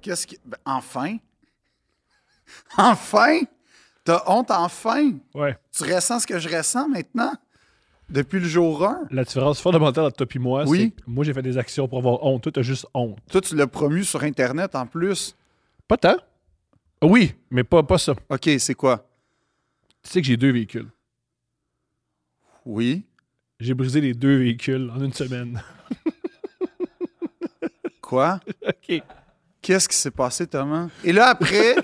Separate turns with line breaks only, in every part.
qu'est-ce qui. ben, enfin! Enfin! T'as honte, enfin!
Ouais.
Tu ressens ce que je ressens maintenant? Depuis le jour 1?
La différence fondamentale entre toi et moi,
Oui.
c'est que moi, j'ai fait des actions pour avoir honte. Toi, t'as juste honte.
Toi, tu l'as promu sur Internet en plus.
Pas tant. Ah Oui, mais pas, pas ça.
OK, c'est quoi?
Tu sais que j'ai deux véhicules.
Oui.
J'ai brisé les deux véhicules en une semaine.
Quoi?
OK.
Qu'est-ce qui s'est passé, Thomas? Et là, après,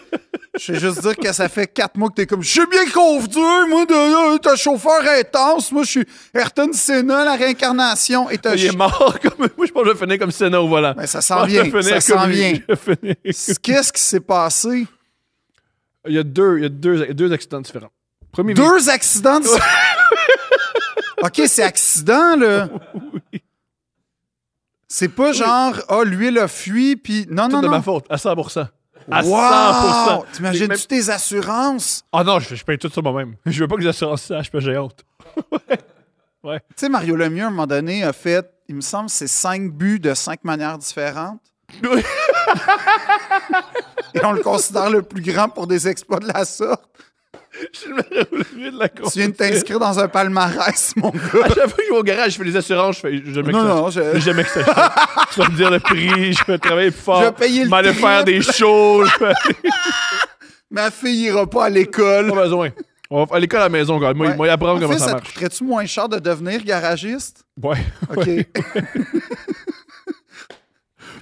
je vais juste dire que ça fait quatre mois que t'es comme, je suis bien convenu, moi, de, euh, t'as chauffeur intense, moi, je suis Ayrton Senna, la réincarnation, et t'as...
Il est mort comme. Moi, je pense que je vais finir comme Senna au volant.
Ben, ça
Je
s'en
pense que je
vient,
vais finir
ça s'en
comme lui.
vient.
Je vais finir comme-
Qu'est-ce qui s'est passé?
Il y a deux, il y a deux, il y a deux accidents différents. Premier
Deux accidents de... OK, c'est accident, là. C'est pas genre, ah, lui, il a fui, puis... Non, non,
de ma
non.
faute, à 100%. À
Wow!
100%. Les mêmes-
T'imagines-tu tes assurances?
Ah non, je, je paye tout ça moi-même. Je veux pas que les assurances sachent, parce que j'ai honte.
Tu sais, Mario Lemieux, à un moment donné, a fait, il me semble, c'est cinq buts de cinq manières différentes.
Oui.
Et on le considère le plus grand pour des exploits de la sorte.
je suis le meilleur ouvrier de la course.
Tu viens de t'inscrire dans un palmarès, mon gars.
À chaque fois que je vais au garage, je fais les assurances, je fais jamais que
Non,
ça.
non, je-
fais Jamais que ça. tu vas me dire le prix, je vais travailler plus fort.
Je vais payer le
m'aller
triple.
faire des shows. je vais-
Ma fille ira pas à l'école.
Pas besoin. On va faire l'école à la maison, gars. Moi,
Ouais.
moi, il apprendre
En
comment
fait,
ça
ça te
marche.
coûterait-tu moins cher de devenir garagiste?
Ouais.
OK.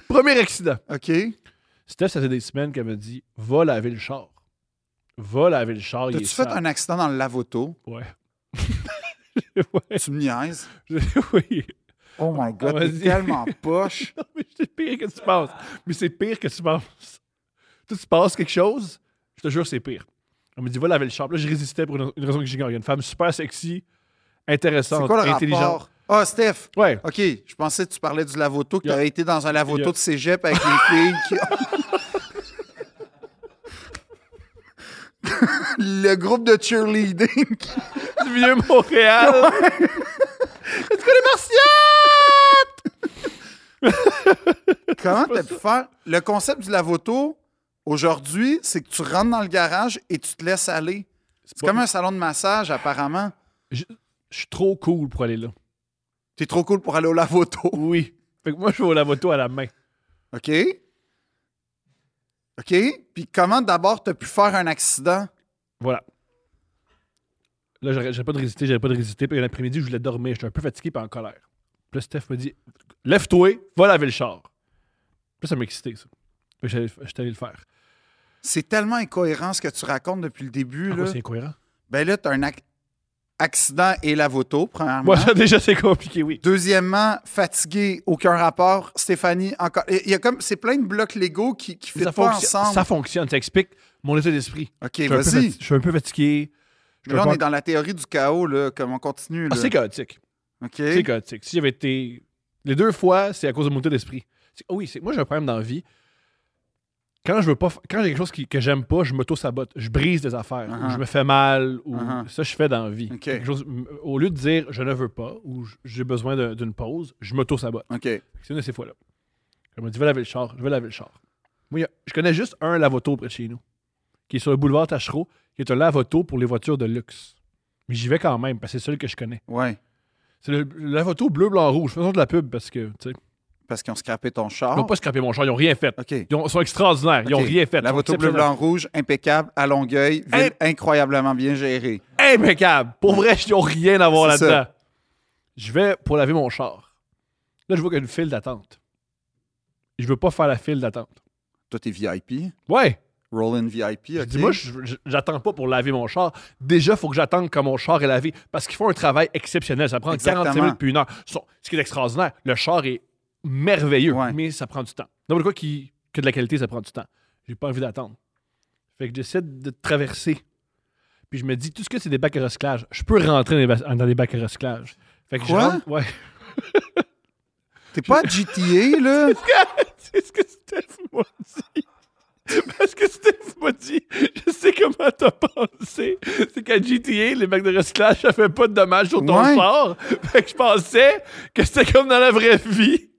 Premier accident.
OK.
Steph, ça fait des semaines qu'elle me dit Va laver le char. Va laver le char. il est
T'as-tu fait
sale.
un accident dans le lavoto?
Ouais. ouais.
Tu me niaises?
Je- Oui.
Oh my
Ah,
God,
vas-y.
t'es tellement poche.
Non, mais c'est pire que tu penses. Mais c'est pire que tu penses. Toi, tu penses quelque chose, je te jure, c'est pire. On me dit, va laver le champ. Là, je résistais pour une, une raison que j'ignore. Il y a une femme super sexy,
C'est
intéressante,
quoi le
intelligente.
rapport? Ah, Steph!
Ouais.
OK, je pensais que tu parlais du lavoto, que
Yeah.
tu avais été dans un lavoto
Yeah.
de cégep avec les filles qui... Le groupe de cheerleading.
Du vieux Ah, Montréal. Est-ce que les martiates?
Comment t'as pu faire? Le concept du lavoto, aujourd'hui, c'est que tu rentres dans le garage et tu te laisses aller. C'est
pas-
comme un salon de massage, apparemment.
Je, je suis trop cool pour aller là.
T'es trop cool pour aller au lavoto.
Oui. Fait que moi, je vais au lavoto à la main.
OK? OK? Puis comment d'abord t'as pu faire un accident?
Voilà. Là, j'aurais- j'avais pas de résister, j'avais pas de résister. Puis l'après-midi, je voulais dormir. J'étais un peu fatigué et en colère. Puis là, Steph me dit Lève-toi, va laver le char. Puis là, ça m'excitait, ça. Puis j'allais- j'étais allé le faire.
C'est tellement incohérent ce que tu racontes depuis le début.
Ah,
là.
ouais, c'est incohérent.
Ben là, t'as un ac- accident et la voto, premièrement.
Moi, ça, déjà, c'est compliqué, oui.
Deuxièmement, fatigué, aucun rapport. Stéphanie, encore. Il y a comme. C'est plein de blocs Lego qui, qui
Mais
fit
Ça,
pas
fonction-
ensemble.
ça fonctionne. Ça explique mon état d'esprit.
OK,
Je suis un peu
vas-y.
fati- Je suis un peu fatigué. Je
Mais
suis
là,
un
on
peu-
est dans la théorie du chaos, là, comme on continue. Là.
Ah, c'est chaotique.
OK.
C'est chaotique. Si j'avais été. Les deux fois, c'est à cause de mon état d'esprit. C'est- oh oui, c'est- moi, j'ai un problème dans la vie. Quand je veux pas. fa- Quand j'ai quelque chose qui- que j'aime pas, je m'auto-sabote. Je brise des affaires.
Uh-huh.
ou je me fais mal. Ou
Uh-huh.
ça, je fais dans la vie.
Ok.
Quelque chose- m- au lieu de dire je ne veux pas ou j- j'ai besoin d'un- d'une pause, je m'auto-sabote.
OK.
Fait que C'est une de ces fois-là. Elle m'a dit, va laver le char, je vais laver le char. Moi, il y a- je connais juste un lavoto près de chez nous, qui est sur le boulevard Tachereau, qui est un lavoto pour les voitures de luxe. Mais j'y vais quand même, parce que c'est celui que je connais.
Ouais.
C'est le, le lavoto bleu, blanc, rouge. Faisons de la pub, parce que, tu sais,
Parce qu'ils ont scrappé ton char.
ils n'ont pas scrapé mon char, ils n'ont rien fait.
OK.
Ils, ont- ils sont extraordinaires, ils n'ont rien fait. Ils
La
sont
voto bleu,
exceptionnels.
blanc, rouge, impeccable, à Longueuil, ville incroyablement bien gérée.
Impeccable! Pour vrai, ils n'ont rien à voir
C'est ça.
là-dedans. Je vais pour laver mon char. Là, je vois qu'il y a une file d'attente. Je veux pas faire la file d'attente.
Toi, t'es VIP.
Ouais!
Roll-in VIP.
Je
OK.
dis, moi, je- je- j'attends pas pour laver mon char. Déjà, il faut que j'attende que mon char est lavé parce qu'ils font un travail exceptionnel. Ça prend
Exactement.
45 minutes puis une heure. Son- Ce qui est extraordinaire, le char est merveilleux,
Ouais.
mais ça prend du temps. N'importe quoi qui, que de la qualité, ça prend du temps. J'ai pas envie d'attendre. Fait que j'essaie de traverser. Puis je me dis, tout ce que c'est des bacs à recyclage, je peux rentrer dans les, ba- dans les bacs à recyclage. Fait que je
Quoi?
rentre- ouais.
T'es pas à GTA, là?
C'est ce que Steph m'a dit. Parce que Steph m'a dit, je sais comment t'as pensé. C'est qu'à GTA, les bacs de recyclage, ça fait pas de dommages sur ton
Ouais.
char. Fait que je pensais que c'était comme dans la vraie vie.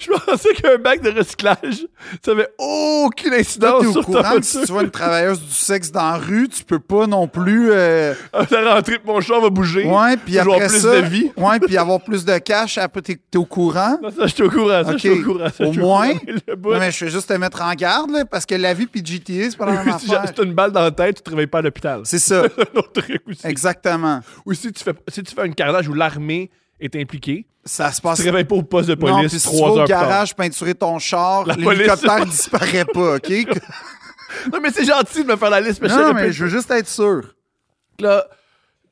Je pensais qu'un bac de recyclage, ça avait aucune
Toi,
incidence
Oh, t'es au
sur ta
courant que si
voiture.
tu vois une travailleuse du sexe dans la rue, tu peux pas non plus. euh,
À Ah, la rentrée, mon char va bouger.
Ouais, puis
Je vais avoir
après
plus
ça.
de vie.
Ouais, puis avoir plus de cash. Après, t'es t'es au courant.
Non, ça, je suis au courant. Ça, je suis
Ok.
au courant. ça, je
Au
suis
moins,
courant. Le bout,
Non, mais je vais juste te mettre en garde, là, parce que la vie puis GTA, c'est pas la même
si j'ai-
affaire.
si t'as une balle dans la tête, tu te réveilles pas à l'hôpital.
C'est ça,
C'est un autre truc aussi.
exactement.
Ou si tu fais, si tu fais un carnage où l'armée est impliquée,
Ça se
tu
passe.
te réveilles pas au poste de
Non, puis
police
si tu
trois
vas au
heures plus tard.
garage peinturer ton char,
La police-
l'hélicoptère disparaît pas, OK?
Non, mais c'est gentil de me faire la liste. Mais je
non,
sais,
mais je veux juste être sûr.
là,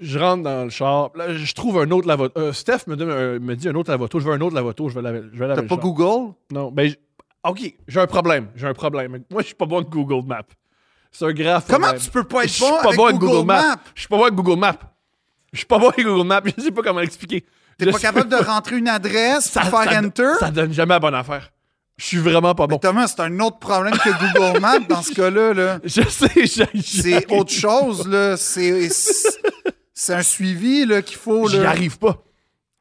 je rentre dans le char. Là, je trouve un autre lavoto. Euh, Steph me, donne un- me dit un autre lavoto. Je veux un autre lavoto. Je vais laver, je vais laver
T'as
le
pas
char.
Google?
Non, ben, j- OK, j'ai un problème. J'ai un problème. Moi, je suis pas bon de Google Maps. C'est un grave
Comment
problème.
tu peux pas
Je
être
suis
bon
pas
avec
bon avec
Google, Maps?
Je suis pas bon avec Google Maps. Je suis pas bon avec Google Maps. Je sais pas comment l'expliquer.
T'es pas capable de rentrer une adresse, pour faire Enter?
Ça donne jamais la bonne affaire. Je suis vraiment pas bon.
Thomas, c'est un autre problème que Google Maps dans ce cas-là. là.
Je sais, j'ai-
C'est autre chose. là. C'est c'est un suivi là, qu'il faut.
J'y
Là.
arrive pas.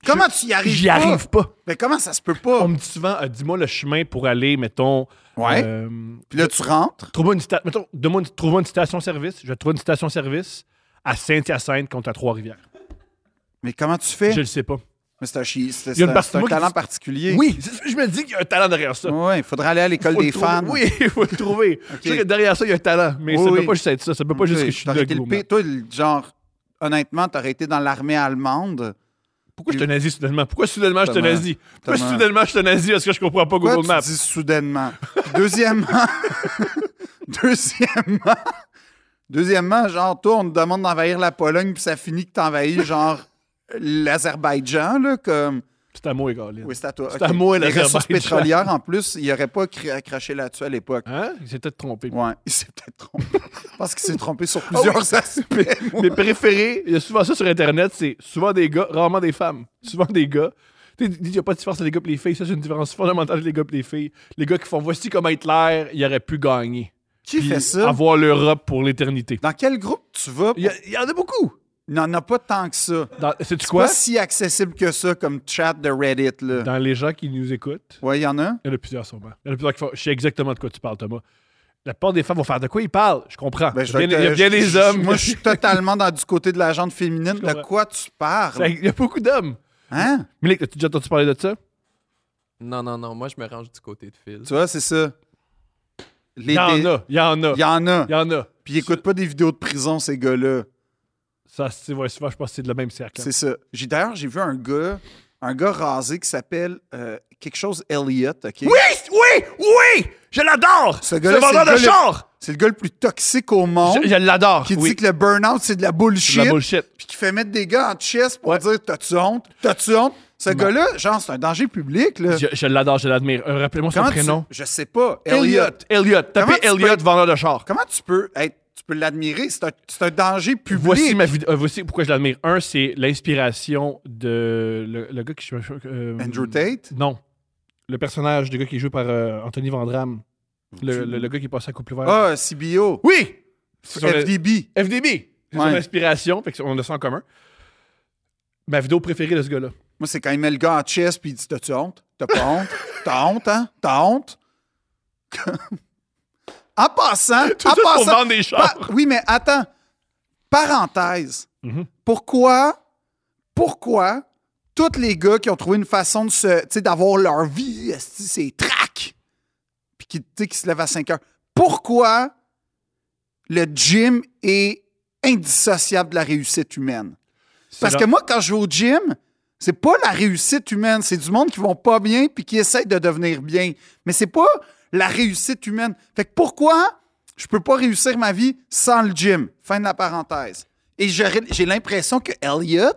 Comment tu y arrives
J'y
pas?
arrive pas.
Mais comment ça se peut pas?
On me dit souvent, euh, dis-moi le chemin pour aller, mettons.
Ouais.
euh,
Puis là, tu rentres.
trouve-moi une, sta- mettons, donne-moi une- trouve-moi une station-service. Je vais trouver une station-service à Saint-Hyacinthe contre à Trois-Rivières.
Mais comment tu fais?
Je le sais pas.
Mais c'est un, chi-
Il y
c'est-
a
c'est
une
un,
partie de
c'est un
moi qui
talent
dit-
particulier.
Oui, c'est ce que je me dis qu'il y a un talent derrière ça.
Ouais, il faudrait aller à l'école
Faut le
des
trouver.
fans.
Oui, il faut le trouver. Je sais que derrière ça, il y a un talent, mais
Oui,
ça ne peut
oui.
pas juste être ça. Ça ne peut pas juste que je suis
T'aurais
de
été le
Google Maps.
pire. Toi, le- genre, honnêtement, t'aurais été dans l'armée allemande.
Pourquoi je suis un nazi soudainement? Pourquoi soudainement je suis un
Thomas,
nazi? Pourquoi
Thomas.
soudainement je suis un nazi? Est-ce que je comprends pas
Pourquoi
Google
tu
Maps?
dis soudainement? Puis Deuxièmement, deuxièmement, deuxièmement, genre, toi, on te demande d'envahir la Pologne, puis ça finit que t'envahis, genre, l'Azerbaïdjan, là, comme...
C'est à moi, Égaline.
Oui, c'est à toi.
C'est
ok.
à moi,
Les ressources
l'Azerbaïdjan.
pétrolières, en plus, il n'aurait pas cr- craché là-dessus à l'époque.
Hein? Il s'est peut-être trompé.
Ouais, il s'est peut-être trompé. Je pense qu'il s'est trompé
Ah
sur plusieurs aspects. moi.
Mes préférés, il y a souvent ça sur Internet, c'est souvent des gars, rarement des femmes. Souvent des gars. Tu sais, il n'y a pas de différence entre les gars et les filles. Ça, c'est une différence fondamentale entre les gars et les filles. Les gars qui font voici comment Hitler, il aurait pu gagner.
Qui
Puis
fait ça?
Avoir l'Europe pour l'éternité.
Dans quel groupe tu vas?
Il y, a- il y en a beaucoup.
Il n'en a pas tant que ça.
Dans- Sais-tu
Pas
quoi?
si accessible que ça comme chat de Reddit, là.
Dans les gens qui nous écoutent,
Ouais, il y en a.
il y en a plusieurs sûrement. Il y en a plusieurs qui font. Je sais exactement de quoi tu parles, Thomas. La plupart des femmes vont faire de quoi ils parlent. Je comprends.
Ben,
il,
je
y a
dois
bien, il
te-
y a bien
je-
des
je-
hommes.
Moi, je suis totalement dans du côté de la gente féminine.
comprends.
De quoi tu
Ça-
parles?
Il y a beaucoup d'hommes.
Hein?
Milik, as-tu déjà entendu parler de ça?
Non, non, non, moi je me range du côté de Phil.
Tu vois, c'est ça.
Il
Les-
y en
les-
a. Il y en a.
Il y en a.
Il y en a.
Puis ils écoutent pas des vidéos de prison, ces gars-là.
Ça, c'est ouais, souvent, je pense que c'est de la même cercle. hein.
C'est ça. J'ai d'ailleurs, j'ai vu un gars, un gars rasé qui s'appelle euh, quelque chose Elliot, OK?
Oui, oui, oui! Je l'adore!
Ce gars-là, c'est le
vendeur
gars
de
le-
char!
C'est le gars le plus toxique au monde
Je, je l'adore.
qui
oui.
dit que le burn-out, c'est de la
C'est de
bullshit.
la bullshit.
puis qui fait mettre des gars en chest pour
Ouais.
dire T'as-tu honte? T'as-tu honte? Ce
Ma-
gars-là, genre, c'est un danger public, là.
Je, je l'adore, je l'admire. Euh, Rappelez-moi son
Comment tu-
prénom.
Je sais pas.
Elliot.
Elliot.
Elliot.
Comment
Tapez
tu
Elliot,
peux-
vendeur de char.
Comment tu peux être. Tu peux l'admirer? C'est un, c'est un danger public.
Voici, ma vid- euh, voici pourquoi je l'admire. Un, c'est l'inspiration de le, le gars qui. je- je- euh,
Andrew Tate?
Non. Le personnage du gars qui est joué par euh, Anthony Vandram. Le, le- le gars qui est passé à Couple Vert.
Ah, CBO.
oui! C'est sur le-
FDB.
FDB. C'est
Ouais.
son inspiration, fait qu'on a ça en commun. Ma vidéo préférée de ce gars-là.
Moi, c'est quand il met le gars en chest puis il dit T'as-tu honte? T'as pas honte? T'as honte, hein? T'as honte? en passant,
Tout ça
en
pour
passant.
vendre des
Pa-
chars.
oui, mais attends. Parenthèse.
Mhm.
Pourquoi, pourquoi tous les gars qui ont trouvé une façon de se, tu sais, d'avoir leur vie, esti, c'est trac, puis qui, tu sais, qui se lèvent à 5 heures, pourquoi le gym est indissociable de la réussite humaine? Parce
C'est
que moi, quand je vais au gym, c'est pas la réussite humaine. C'est du monde qui vont pas bien puis qui essaie de devenir bien. Mais c'est pas la réussite humaine. Fait que pourquoi je peux pas réussir ma vie sans le gym? Fin de la parenthèse. Et j'aurais- j'ai l'impression que Elliot,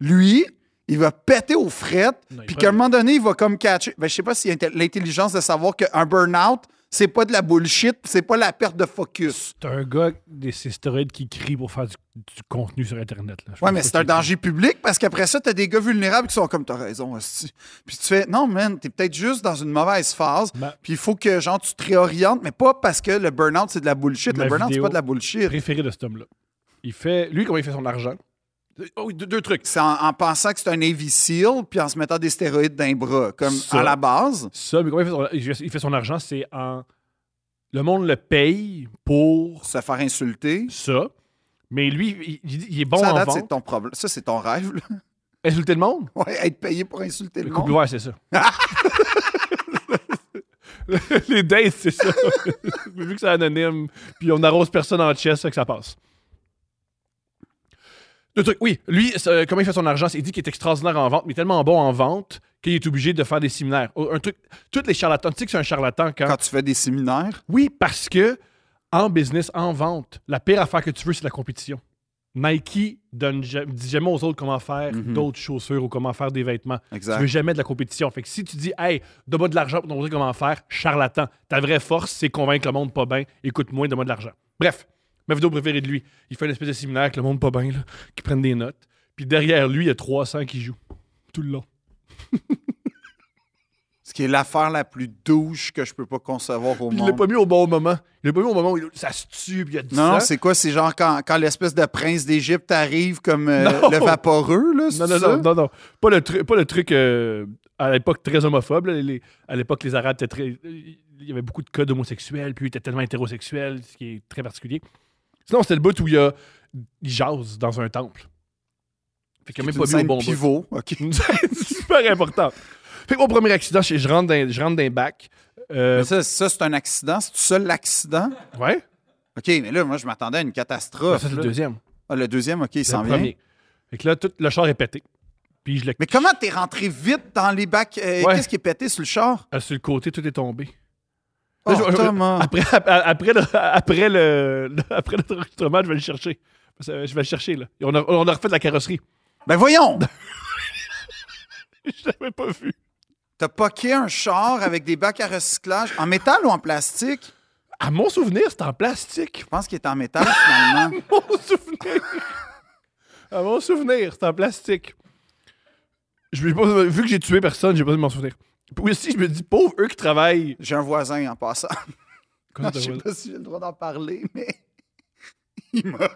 lui, il va péter aux frettes
Non, il
puis
prend-
qu'à un moment donné, il va comme catcher. Ben, je sais pas s'il y a inte- l'intelligence de savoir qu'un burn-out, c'est pas de la bullshit, c'est pas la perte de focus.
C'est un gars des stéroïdes qui crie pour faire du, du contenu sur Internet. Là. Je
Ouais,
pense
mais
pas
c'est
qu'il-
un danger public parce qu'après ça, t'as des gars vulnérables qui sont comme t'as raison, hostie. Puis tu fais non, man, t'es peut-être juste dans une mauvaise phase.
Ma
Puis il faut que, genre, tu te réorientes, mais pas parce que le burn-out, c'est de la bullshit.
Ma
le burn-out, c'est
vidéo
pas de la bullshit.
préférée de cet homme-là. Il fait. Lui, comment il fait son argent Oh, oui, deux, deux trucs.
C'est en, en pensant que c'est un Navy SEAL, puis en se mettant des stéroïdes dans les bras, comme
Ça.
à la base.
Ça, mais comment il fait son, il fait- il fait son argent, c'est en. Le monde le paye pour
Se faire insulter.
ça, mais lui, il, il- il est bon
ça, à
en
date, c'est
vente.
ton problème. Ça, c'est ton rêve, là.
Insulter le monde?
Ouais, être payé pour insulter le,
Le
monde.
couple ouvert, c'est ça. Les dates, c'est ça. Mais Vu que c'est anonyme, puis on n'arrose personne en chess, ça fait que ça passe. Deux trucs. Oui, lui, c'est, euh, comment il fait son argent, c'est il dit qu'il est extraordinaire en vente, mais tellement bon en vente qu'il est obligé de faire des séminaires. Oh, Un truc, tous les charlatans, tu sais que c'est un charlatan quand...
Quand tu fais des séminaires,
Oui, parce que en business, en vente, la pire affaire que tu veux, c'est la compétition. Nike donne, ja- dit jamais aux autres comment faire
Mhm.
d'autres chaussures ou comment faire des vêtements. Tu veux
exact.
jamais de la compétition. Fait que si tu dis, hey, donne-moi de l'argent pour te montrer comment faire, charlatan. Ta vraie force, c'est convaincre le monde pas bien, écoute moins, donne-moi de l'argent. Bref, ma vidéo préférée de lui, il fait une espèce de séminaire avec le monde pas bien, là, qui prennent des notes. Puis derrière lui, il y a 300 qui jouent tout le long.
Ce qui est l'affaire la plus douche que je peux pas concevoir au
Puis il
monde.
l'a pas mis au bon moment. Il l'a pas mis au moment où il- ça se tue, puis il y a 10
Non,
ans.
c'est quoi? C'est genre quand, quand l'espèce de prince d'Égypte arrive comme euh,
Non.
le vaporeux, là? c'est
Non, non,
ça?
non, non, non. Pas le, tru- pas le truc euh, à l'époque très homophobe. là. Les- à l'époque, les Arabes étaient très. Il y avait beaucoup de cas d'homosexuels, puis ils étaient tellement hétérosexuels, ce qui est très particulier. Sinon, c'était le bout où il, y a, il jase dans un temple. Fait qu'il a même
C'est
pas
une
mis au
scène
bon bout.
pivot. OK.
C'est super important. Fait que mon premier accident, je, je rentre dans, je rentre dans les bacs. Euh,
Mais Ça, ça, c'est un accident. C'est tout ça l'accident?
ouais?
OK, mais là, moi, je m'attendais à une
Ça,
catastrophe.
c'est le
là.
deuxième.
Ah, le deuxième, OK, il
C'est le
s'en vient.
premier. Fait que là, tout le char est pété. Puis je le
Mais comment t'es rentré vite dans les bacs? euh,
Ouais.
Qu'est-ce qui est pété sur le char?
Ah, sur le côté, tout est tombé.
Oh,
Là, je- Ah. je-
Thomas.
Après, ap- après, le, après, le, le- après notre enregistrement, je vais le chercher. Parce que Je vais le chercher, là. Et on, a, on a refait de la carrosserie.
Ben voyons!
Je l'avais pas vu.
T'as poqué un char avec des bacs à recyclage en métal ou en plastique?
À mon souvenir, c'est en plastique.
Je pense qu'il est en métal, finalement.
Mon souvenir. à mon souvenir, c'est en plastique. Je lui pose- vu que j'ai tué personne, j'ai pas de m'en souvenir. Puis aussi, je me dis, pauvres eux qui travaillent. Ah,
J'ai un voisin en passant.
Quoi,
Je
t'as-
sais pas si j'ai le droit d'en parler, mais il m'a.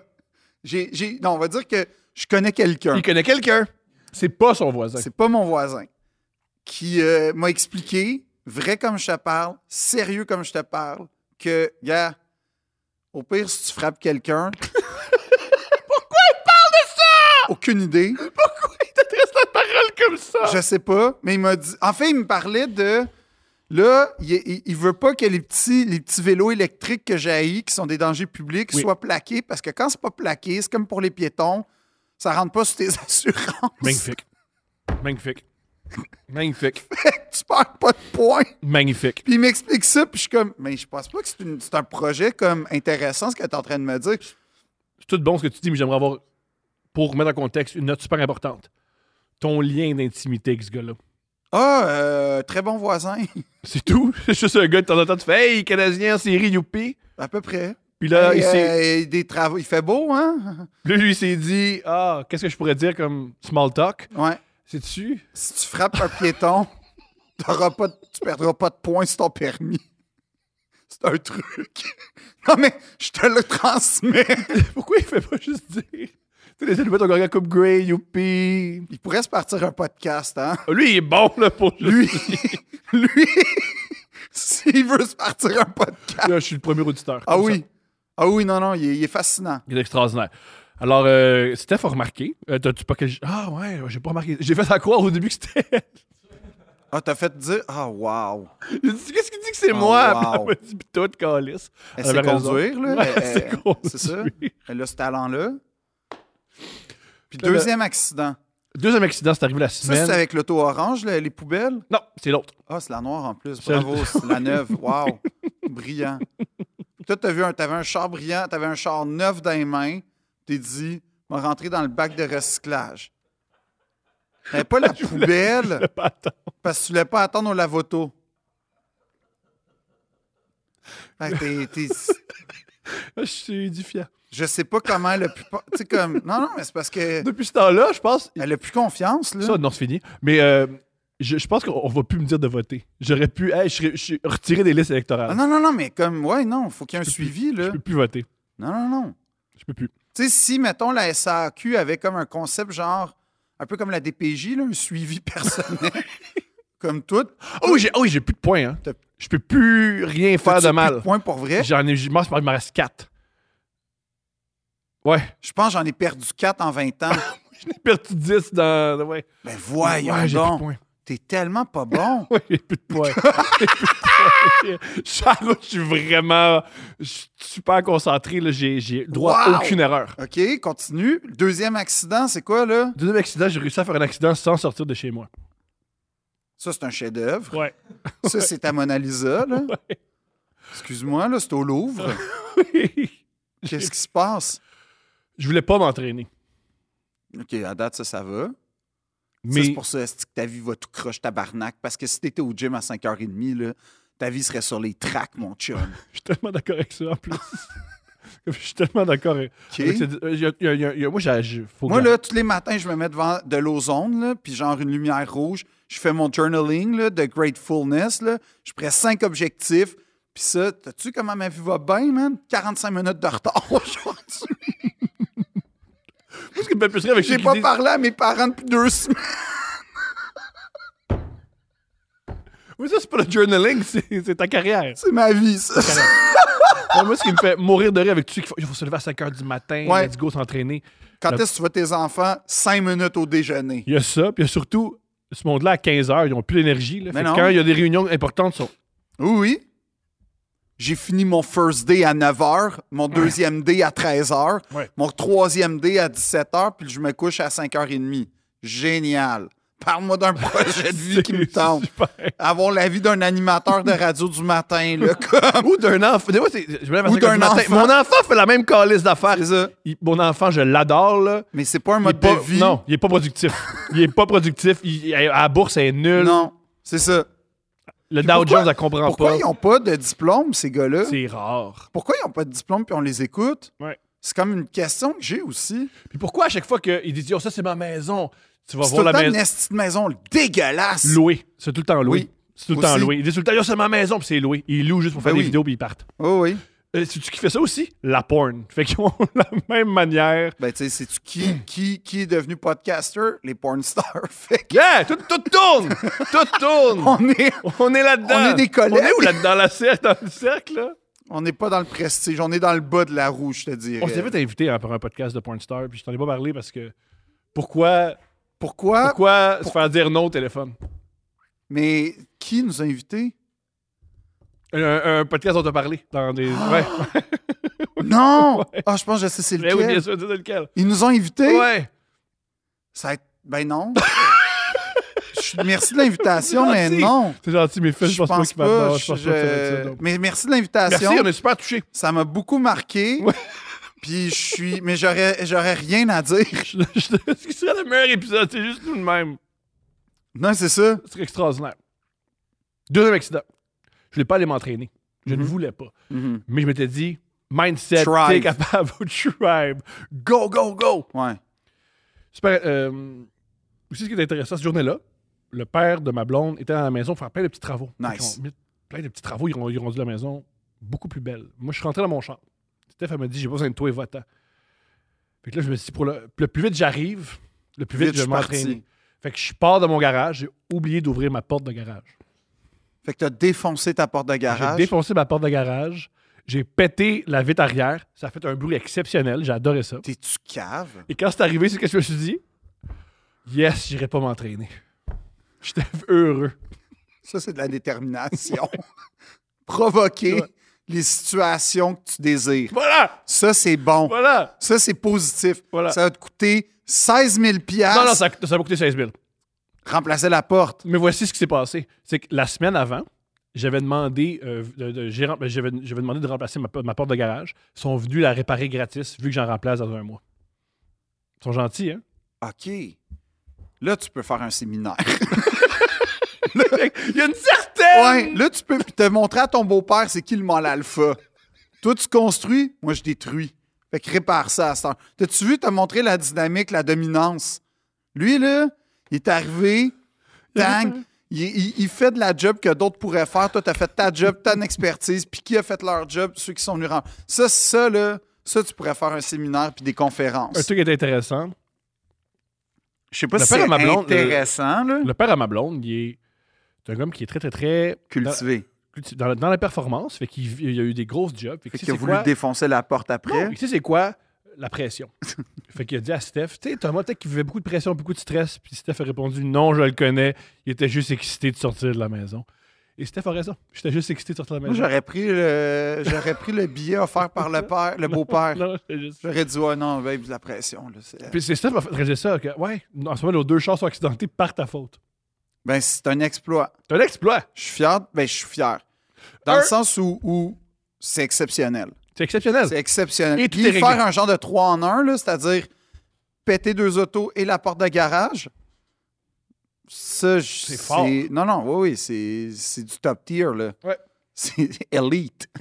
J'ai, j'ai- Non, on va dire que je connais quelqu'un.
Il connaît quelqu'un. C'est pas son voisin.
C'est pas mon voisin qui euh, m'a expliqué, vrai comme je te parle, sérieux comme je te parle, que, gars, au pire, si tu frappes quelqu'un. Pourquoi il parle de ça? Aucune idée.
Pourquoi il t'adresse la parole comme ça?
Je sais pas, mais il m'a dit. En fait, il me parlait de. Là, il, il- il veut pas que les petits, les petits vélos électriques que j'ai, qui sont des dangers publics,
Oui.
soient plaqués, parce que quand c'est pas plaqué, c'est comme pour les piétons, ça rentre pas sur tes assurances.
Magnifique. Magnifique. Magnifique.
tu perds pas de points.
Magnifique.
Puis il m'explique ça, puis je suis comme, mais je pense pas que c'est, une- c'est un projet comme intéressant ce que tu es en train de me dire.
C'est tout bon ce que tu dis, mais j'aimerais avoir, pour mettre en contexte, une note super importante. Ton lien d'intimité avec ce gars-là.
Ah, euh, très bon voisin,
C'est tout. C'est juste un gars de temps en temps, tu fais Hey, Canadien, série, youpi.
à peu près.
Puis là,
Et,
il s'est-
euh, des travaux, il fait beau, hein?
là, lui, il s'est dit Ah, qu'est-ce que je pourrais dire comme small talk
Ouais.
C'est-tu
si tu frappes un piéton, t'auras pas de- tu perdras pas de points sur ton permis. C'est un truc. Non, mais je te le transmets.
Pourquoi il fait pas juste dire Tu sais, les Alouettes ont gagné la Coupe Grey, youpi.
Il pourrait se partir un podcast, hein?
Ah, Lui, il est bon, là, pour lui.
Lui, lui, s'il veut se partir un podcast.
Là, je suis le premier auditeur.
Ah
comme ça.
oui. Ah oui, non, non, il est, il est fascinant.
Il est extraordinaire. Alors, euh, Steph a remarqué. Euh, T'as-tu pas que. Ah ouais, j'ai pas remarqué. J'ai fait à croire au début que c'était elle.
Ah, t'as fait dire. Ah, wow.
Il dit, Qu'est-ce qu'il dit que c'est
Oh,
moi? Puis
wow.
elle m'a dit, Pis tout, calice.
Elle
Elle
sait
avait
conduire,
raison.
là.
Ouais,
Elle-
c'est
elle-
conduire.
c'est ça. Elle a ce talent-là. Puis
Là, le-
deuxième accident.
Deuxième accident, c'est arrivé la
Ça,
semaine.
c'est avec l'auto orange, le- les poubelles.
Non, c'est l'autre.
Ah, c'est la noire en plus.
Celle-
Bravo, c'est la neuve. Wow. Brillant. Toi, t'as vu un, t'avais un char brillant, t'avais un char neuf dans les mains. T'es dit, m'a rentré dans le bac de recyclage. T'avais pas la
Je
poubelle
pas attendre.
parce que tu voulais pas attendre au lavoto. Hey, t'es- t'es-
Je suis édifiant.
je sais pas comment elle a pu. pas- Tu sais, comme. Non, non, mais c'est parce que
Depuis ce temps-là, je pense.
elle a plus confiance, là.
Ça, non, c'est fini. Mais euh, je, je pense qu'on on va plus me dire de voter. J'aurais pu. Hey, je serais- je suis retiré des listes
Ah,
électorales.
non, non, non, mais comme. Ouais, non, faut qu'il y ait un
Je peux
suivi, là.
Je peux plus voter.
Non, non, non.
Je peux plus.
Tu Tu sais, si, mettons, la SAQ avait comme un concept genre, un peu comme la DPJ, là, un suivi personnel, comme tout,
Oh, j'ai oh, j'ai plus de points, hein.
T'as-
Je peux plus rien faire
t'as-tu
de
plus
mal.
points pour vrai.
J'en ai, je pense qu'il me reste 4. Ouais,
Je pense que j'en ai perdu 4 en 20 ans.
j'en ai perdu 10 dans. Ouais,
Ben voyons
ouais, j'ai plus de
donc,
points.
t'es tellement pas bon.
Ouais, j'ai plus de points. J'ai plus de points. Charles, je suis vraiment je suis super concentré. là. J'ai j'ai droit
Wow!
à aucune erreur.
OK, continue. Deuxième accident, c'est quoi, là?
Deuxième accident, j'ai réussi à faire un accident sans sortir de chez moi.
Ça, c'est un chef-d'œuvre.
Ouais.
Ça, c'est ta Mona Lisa, là. Excuse-moi, là, c'est au Louvre. Qu'est-ce qui se passe?
je voulais pas m'entraîner.
OK, à date, ça, ça va. Ça,
Mais
c'est pour ça est-ce que ta vie va tout croche tabarnak. Parce que si t'étais au gym à 5h30, là, ta vie serait sur les tracks, mon chum.
je suis tellement d'accord avec ça en plus. je suis tellement d'accord. avec-
OK?
avec cette- euh, il y a- il y a- il y a- il y a- Moi, j'ai- j'ai- faut que
Moi,
j'arrête.
là, tous les matins, je me mets devant de l'ozone, là, puis genre une lumière rouge. Je fais mon journaling là, de gratefulness. Là. Je prends cinq objectifs. Puis ça, t'as-tu comment ma vie va bien, man? 45 minutes de retard aujourd'hui.
Qu'est-ce qui me fait plus rire avec ceux
J'ai
qui
pas
disent-
parlé à mes parents depuis deux semaines.
Oui, ça, c'est pas le journaling, c'est c'est ta carrière.
C'est ma vie, ça.
Ouais, moi, ce qui me fait mourir de rire avec tu, il faut, il faut se lever à 5 h du matin,
Ouais.
let's go s'entraîner.
Quand est-ce que tu vois tes enfants? Cinq minutes au déjeuner.
Il y a ça, puis il y a surtout, ce monde-là, à 15 h, ils ont plus d'énergie. là.
Mais
Fait que
non.
Quand il y a des réunions importantes, ils sont.
Oui, oui. J'ai fini mon first day à 9h, mon deuxième day à 13h,
Ouais.
mon troisième day à 17h, puis je me couche à 5h30. Génial. Parle-moi d'un projet de vie qui me
C'est
tente.
super.
Avoir la vie d'un animateur de radio du matin, là, comme-
Ou d'un enfant. Des fois, c'est- je me lève à
Ou
5 heures du
d'un
matin.
enfant.
Mon enfant fait la même calice d'affaires.
C'est ça.
Il- Mon enfant, je l'adore, là.
Mais c'est pas un
Il est
mode
pas-
de vie.
Non, il est pas productif. il est pas productif. Il, à la bourse, elle est nulle.
Non, c'est ça.
Le Dow
pourquoi-
Jones, elle comprend
Pourquoi
pas.
ils n'ont pas de diplôme, ces gars-là?
C'est rare.
Pourquoi ils n'ont pas de diplôme puis on les écoute?
Ouais.
C'est comme une question que j'ai aussi.
Puis pourquoi à chaque fois qu'ils disent Oh, ça, c'est ma maison, tu vas voir
C'est tout le
la
temps une
maison.
esti de maison dégueulasse.
Loué. C'est tout le temps loué.
Oui.
C'est tout le temps
Aussi.
loué. Ils disent tout le temps, Yo, c'est ma maison, puis c'est loué. Ils louent juste pour
Ben
faire des
oui.
vidéos, puis ils partent.
Oh oui.
Euh, C'est-tu qui fait ça aussi? La porn. Fait qu'ils ont la même manière.
Ben, tu sais, c'est-tu qui, qui, qui est devenu podcaster? Les porn stars. Fait que
Yeah! Tout, tout tourne! tout tourne!
on est,
On est là-dedans!
On est des collègues.
On est où là dans la cercle, dans le cercle, là?
on n'est pas dans le prestige, on est dans le bas de la roue, je te dirais.
On s'est fait inviter hein, pour un podcast de Porn Star, puis je t'en ai pas parlé parce que pourquoi,
Pourquoi?
pourquoi se faire dire non au téléphone?
Mais qui nous a invités?
Un, un podcast dont t'as parlé dans des.
Ah,
Ouais.
Non! Ah, je pense que je sais c'est
Mais Ben oui, bien
lequel.
sûr, dis lequel.
Ils nous ont invités?
Ouais.
Ça va être- Ben non. Je suis- Merci de l'invitation, mais
Merci.
non.
C'est gentil, mes fils, je pense pas qu'ils m'attendent.
pas.
Je pense
je-
pas que ça va être ça, non.
Mais merci
Merci,
de l'invitation.
on est super touchés.
Ça m'a beaucoup marqué.
Ouais.
Puis je suis. Mais j'aurais j'aurais rien à dire.
Je- je- Ce qui serait le meilleur épisode, c'est juste nous de même.
Non, c'est ça.
Ce serait extraordinaire. Deuxième accident. Je voulais pas aller m'entraîner. Je ne voulais pas.
Mhm.
Mais je m'étais dit, mindset,
Thrive.
t'es capable, tribe. Go, go, go.
Ouais.
Super. euh, aussi, ce qui est intéressant, cette journée-là, le père de ma blonde était à la maison pour faire plein de petits travaux.
Nice.
Ils ont mis plein de petits travaux. Ils ont, ils ont rendu la maison beaucoup plus belle. Moi, je suis rentré dans mon champ. Steph, elle m'a dit J'ai pas besoin de toi et va-t'en. Fait que là, je me suis dit pour le, le plus vite j'arrive, le plus vite,
Vite, je
je
suis
m'entraîne.
parti.
Fait que je pars de mon garage. J'ai oublié d'ouvrir ma porte de garage.
Fait que t'as défoncé ta porte de
J'ai
garage.
défoncé ma porte de garage. J'ai pété la vitre arrière. Ça a fait un bruit exceptionnel. J'ai adoré ça.
T'es-tu cave?
Et quand c'est arrivé, c'est ce que je me suis dit. Yes, j'irai pas m'entraîner. J'étais heureux.
Ça, c'est de la détermination. Provoquer
Ouais.
les situations que tu désires.
Voilà!
Ça, c'est bon.
Voilà!
Ça, c'est positif.
Voilà.
Ça va te coûter 16 000
Non, non, ça, ça m'a coûté 16 000.
Remplacer la porte.
Mais voici ce qui s'est passé. C'est que la semaine avant, j'avais demandé, euh, de, de- j'ai rem- j'avais, j'avais demandé de remplacer ma, po- ma porte de garage. Ils sont venus la réparer gratis, vu que j'en remplace dans un mois. Ils sont gentils, hein?
OK. Là, tu peux faire un séminaire.
Il y a une certaine...
ouais. Là, tu peux te montrer à ton beau-père c'est qui le mal alpha. Toi, tu construis, moi, je détruis. Fait que répare ça à cette heure. T'as-tu vu te montrer la dynamique, la dominance? Lui, là, il est arrivé, tang, il, il- il fait de la job que d'autres pourraient faire. Toi, t'as fait ta job, ton expertise, puis qui a fait leur job, ceux qui sont venus rendre. Ça, ça, là, Ça, tu pourrais faire un séminaire puis des
Un
conférences.
truc est intéressant.
Je sais pas
Le
si
père
c'est
à ma blonde, le-
intéressant, là.
Le père à ma blonde, il est c'est un homme qui est très, très, très.
Cultivé.
dans- Dans, la- dans la performance, fait qu'il il a eu des grosses jobs. Fait que tu
Fait
sais
qu'il a
c'est
voulu
quoi-
défoncer la porte
Non,
après.
tu sais, c'est quoi la pression? fait qu'il a dit à Steph, tu sais, Thomas, peut-être qu'il vivait beaucoup de pression, beaucoup de stress. Puis Steph a répondu, non, je le connais. Il était juste excité de sortir de la maison. Et Steph a raison. J'étais juste excité de sortir de la
Moi,
maison.
j'aurais pris le, j'aurais pris le billet offert par le père, le beau-père.
Non, j'étais juste.
J'aurais dit, ouais, non, babe, la pression. Là, c'est-
Puis c'est Steph qui m'a fait réaliser ça. Que, ouais, en ce moment, nos deux chars sont accidentés par ta faute.
Ben, c'est un exploit.
C'est un exploit.
Je suis fier. Ben, je suis fier. Dans
Un-
le sens où, où c'est exceptionnel.
C'est exceptionnel.
C'est exceptionnel.
Et tout
Puis
est réglé.
faire un genre de 3 en 1, c'est-à-dire péter deux autos et la porte de garage, ça, je-
C'est fort.
Non, non, oui, oui, c'est, c'est du top tier, là.
Ouais.
C'est elite.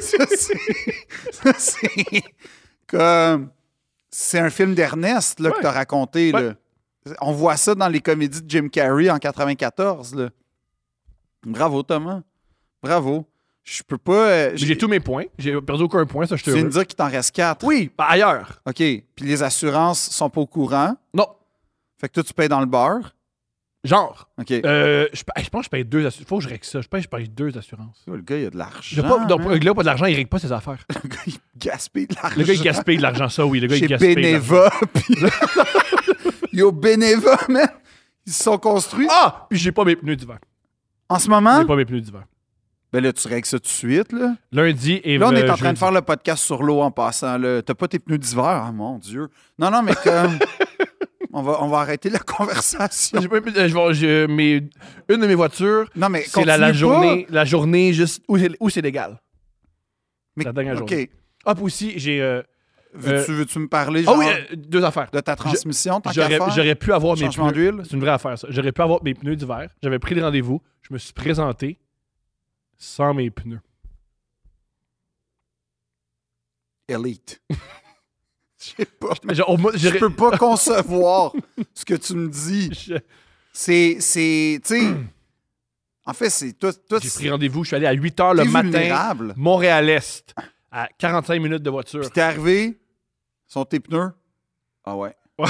ça, c'est... ça, c'est comme... C'est un film d'Ernest, là,
Ouais.
que t'as raconté,
Ouais.
là. On voit ça dans les comédies de Jim Carrey en 94, là. Bravo, Thomas. Bravo. Je peux pas... euh,
J'ai j'ai tous mes points. J'ai perdu aucun point, ça, je te
tu viens de dire qu'il t'en reste quatre.
Oui, par ailleurs.
OK. Puis les assurances sont pas au courant.
Non,
Fait que toi, tu payes dans le beurre.
genre.
OK.
Euh, je, pa- je pense que je paye deux assurances. Faut que je règle ça. Je pense que je paye deux assurances.
Oh, le gars, il a de l'argent.
J'ai pas, non,
man.
le gars a pas de l'argent, il règle pas ses affaires.
Le gars, il gaspille de l'argent.
Le gars, il gaspille de l'argent, ça, oui. Le gars, il
Chez
gaspille. de l'argent.
Beneva. puis- Yo, Beneva, man. Ils se sont construits.
Ah! Puis j'ai pas mes pneus d'hiver.
En ce moment,
J'ai pas mes pneus d'hiver.
ben là, tu règles ça tout de suite. Là,
Lundi et
là on est en
euh,
train de
jeudi.
faire le podcast sur l'eau en passant. là. T'as pas tes pneus d'hiver? Ah, mon Dieu. Non, non, mais comme... on, va, on va arrêter la conversation.
J'ai pas mes pneus- euh, je vais- j'ai mes- une de mes voitures,
Non, mais
c'est la, la
continue pas.
journée, la journée juste où c'est, où c'est légal.
Mais-
la dernière
OK.
journée. Hop, aussi, j'ai. euh,
Veux-tu veux-tu me parler
Ah
genre,
oui, euh, deux affaires.
de ta transmission, tant qu'à
J'aurais,
faire?
j'aurais pu avoir mes
Changement
pneus.
d'huile?
C'est une vraie affaire, ça. J'aurais pu avoir mes pneus d'hiver. J'avais pris le rendez-vous. Je me suis présenté sans mes pneus.
Elite. Je sais pas.
Mais genre, au moins,
Je
j'aurais-
peux pas concevoir ce que tu me dis.
je-
C'est. c'est- Tu sais. en fait, c'est. Toi, toi
j'ai
tu-
pris rendez-vous. Je suis allé à 8 h le
t'es
matin,
vulnérable.
Montréal-Est, à 45 minutes de voiture.
Puis t'es arrivé, sont tes pneus. Ah ouais.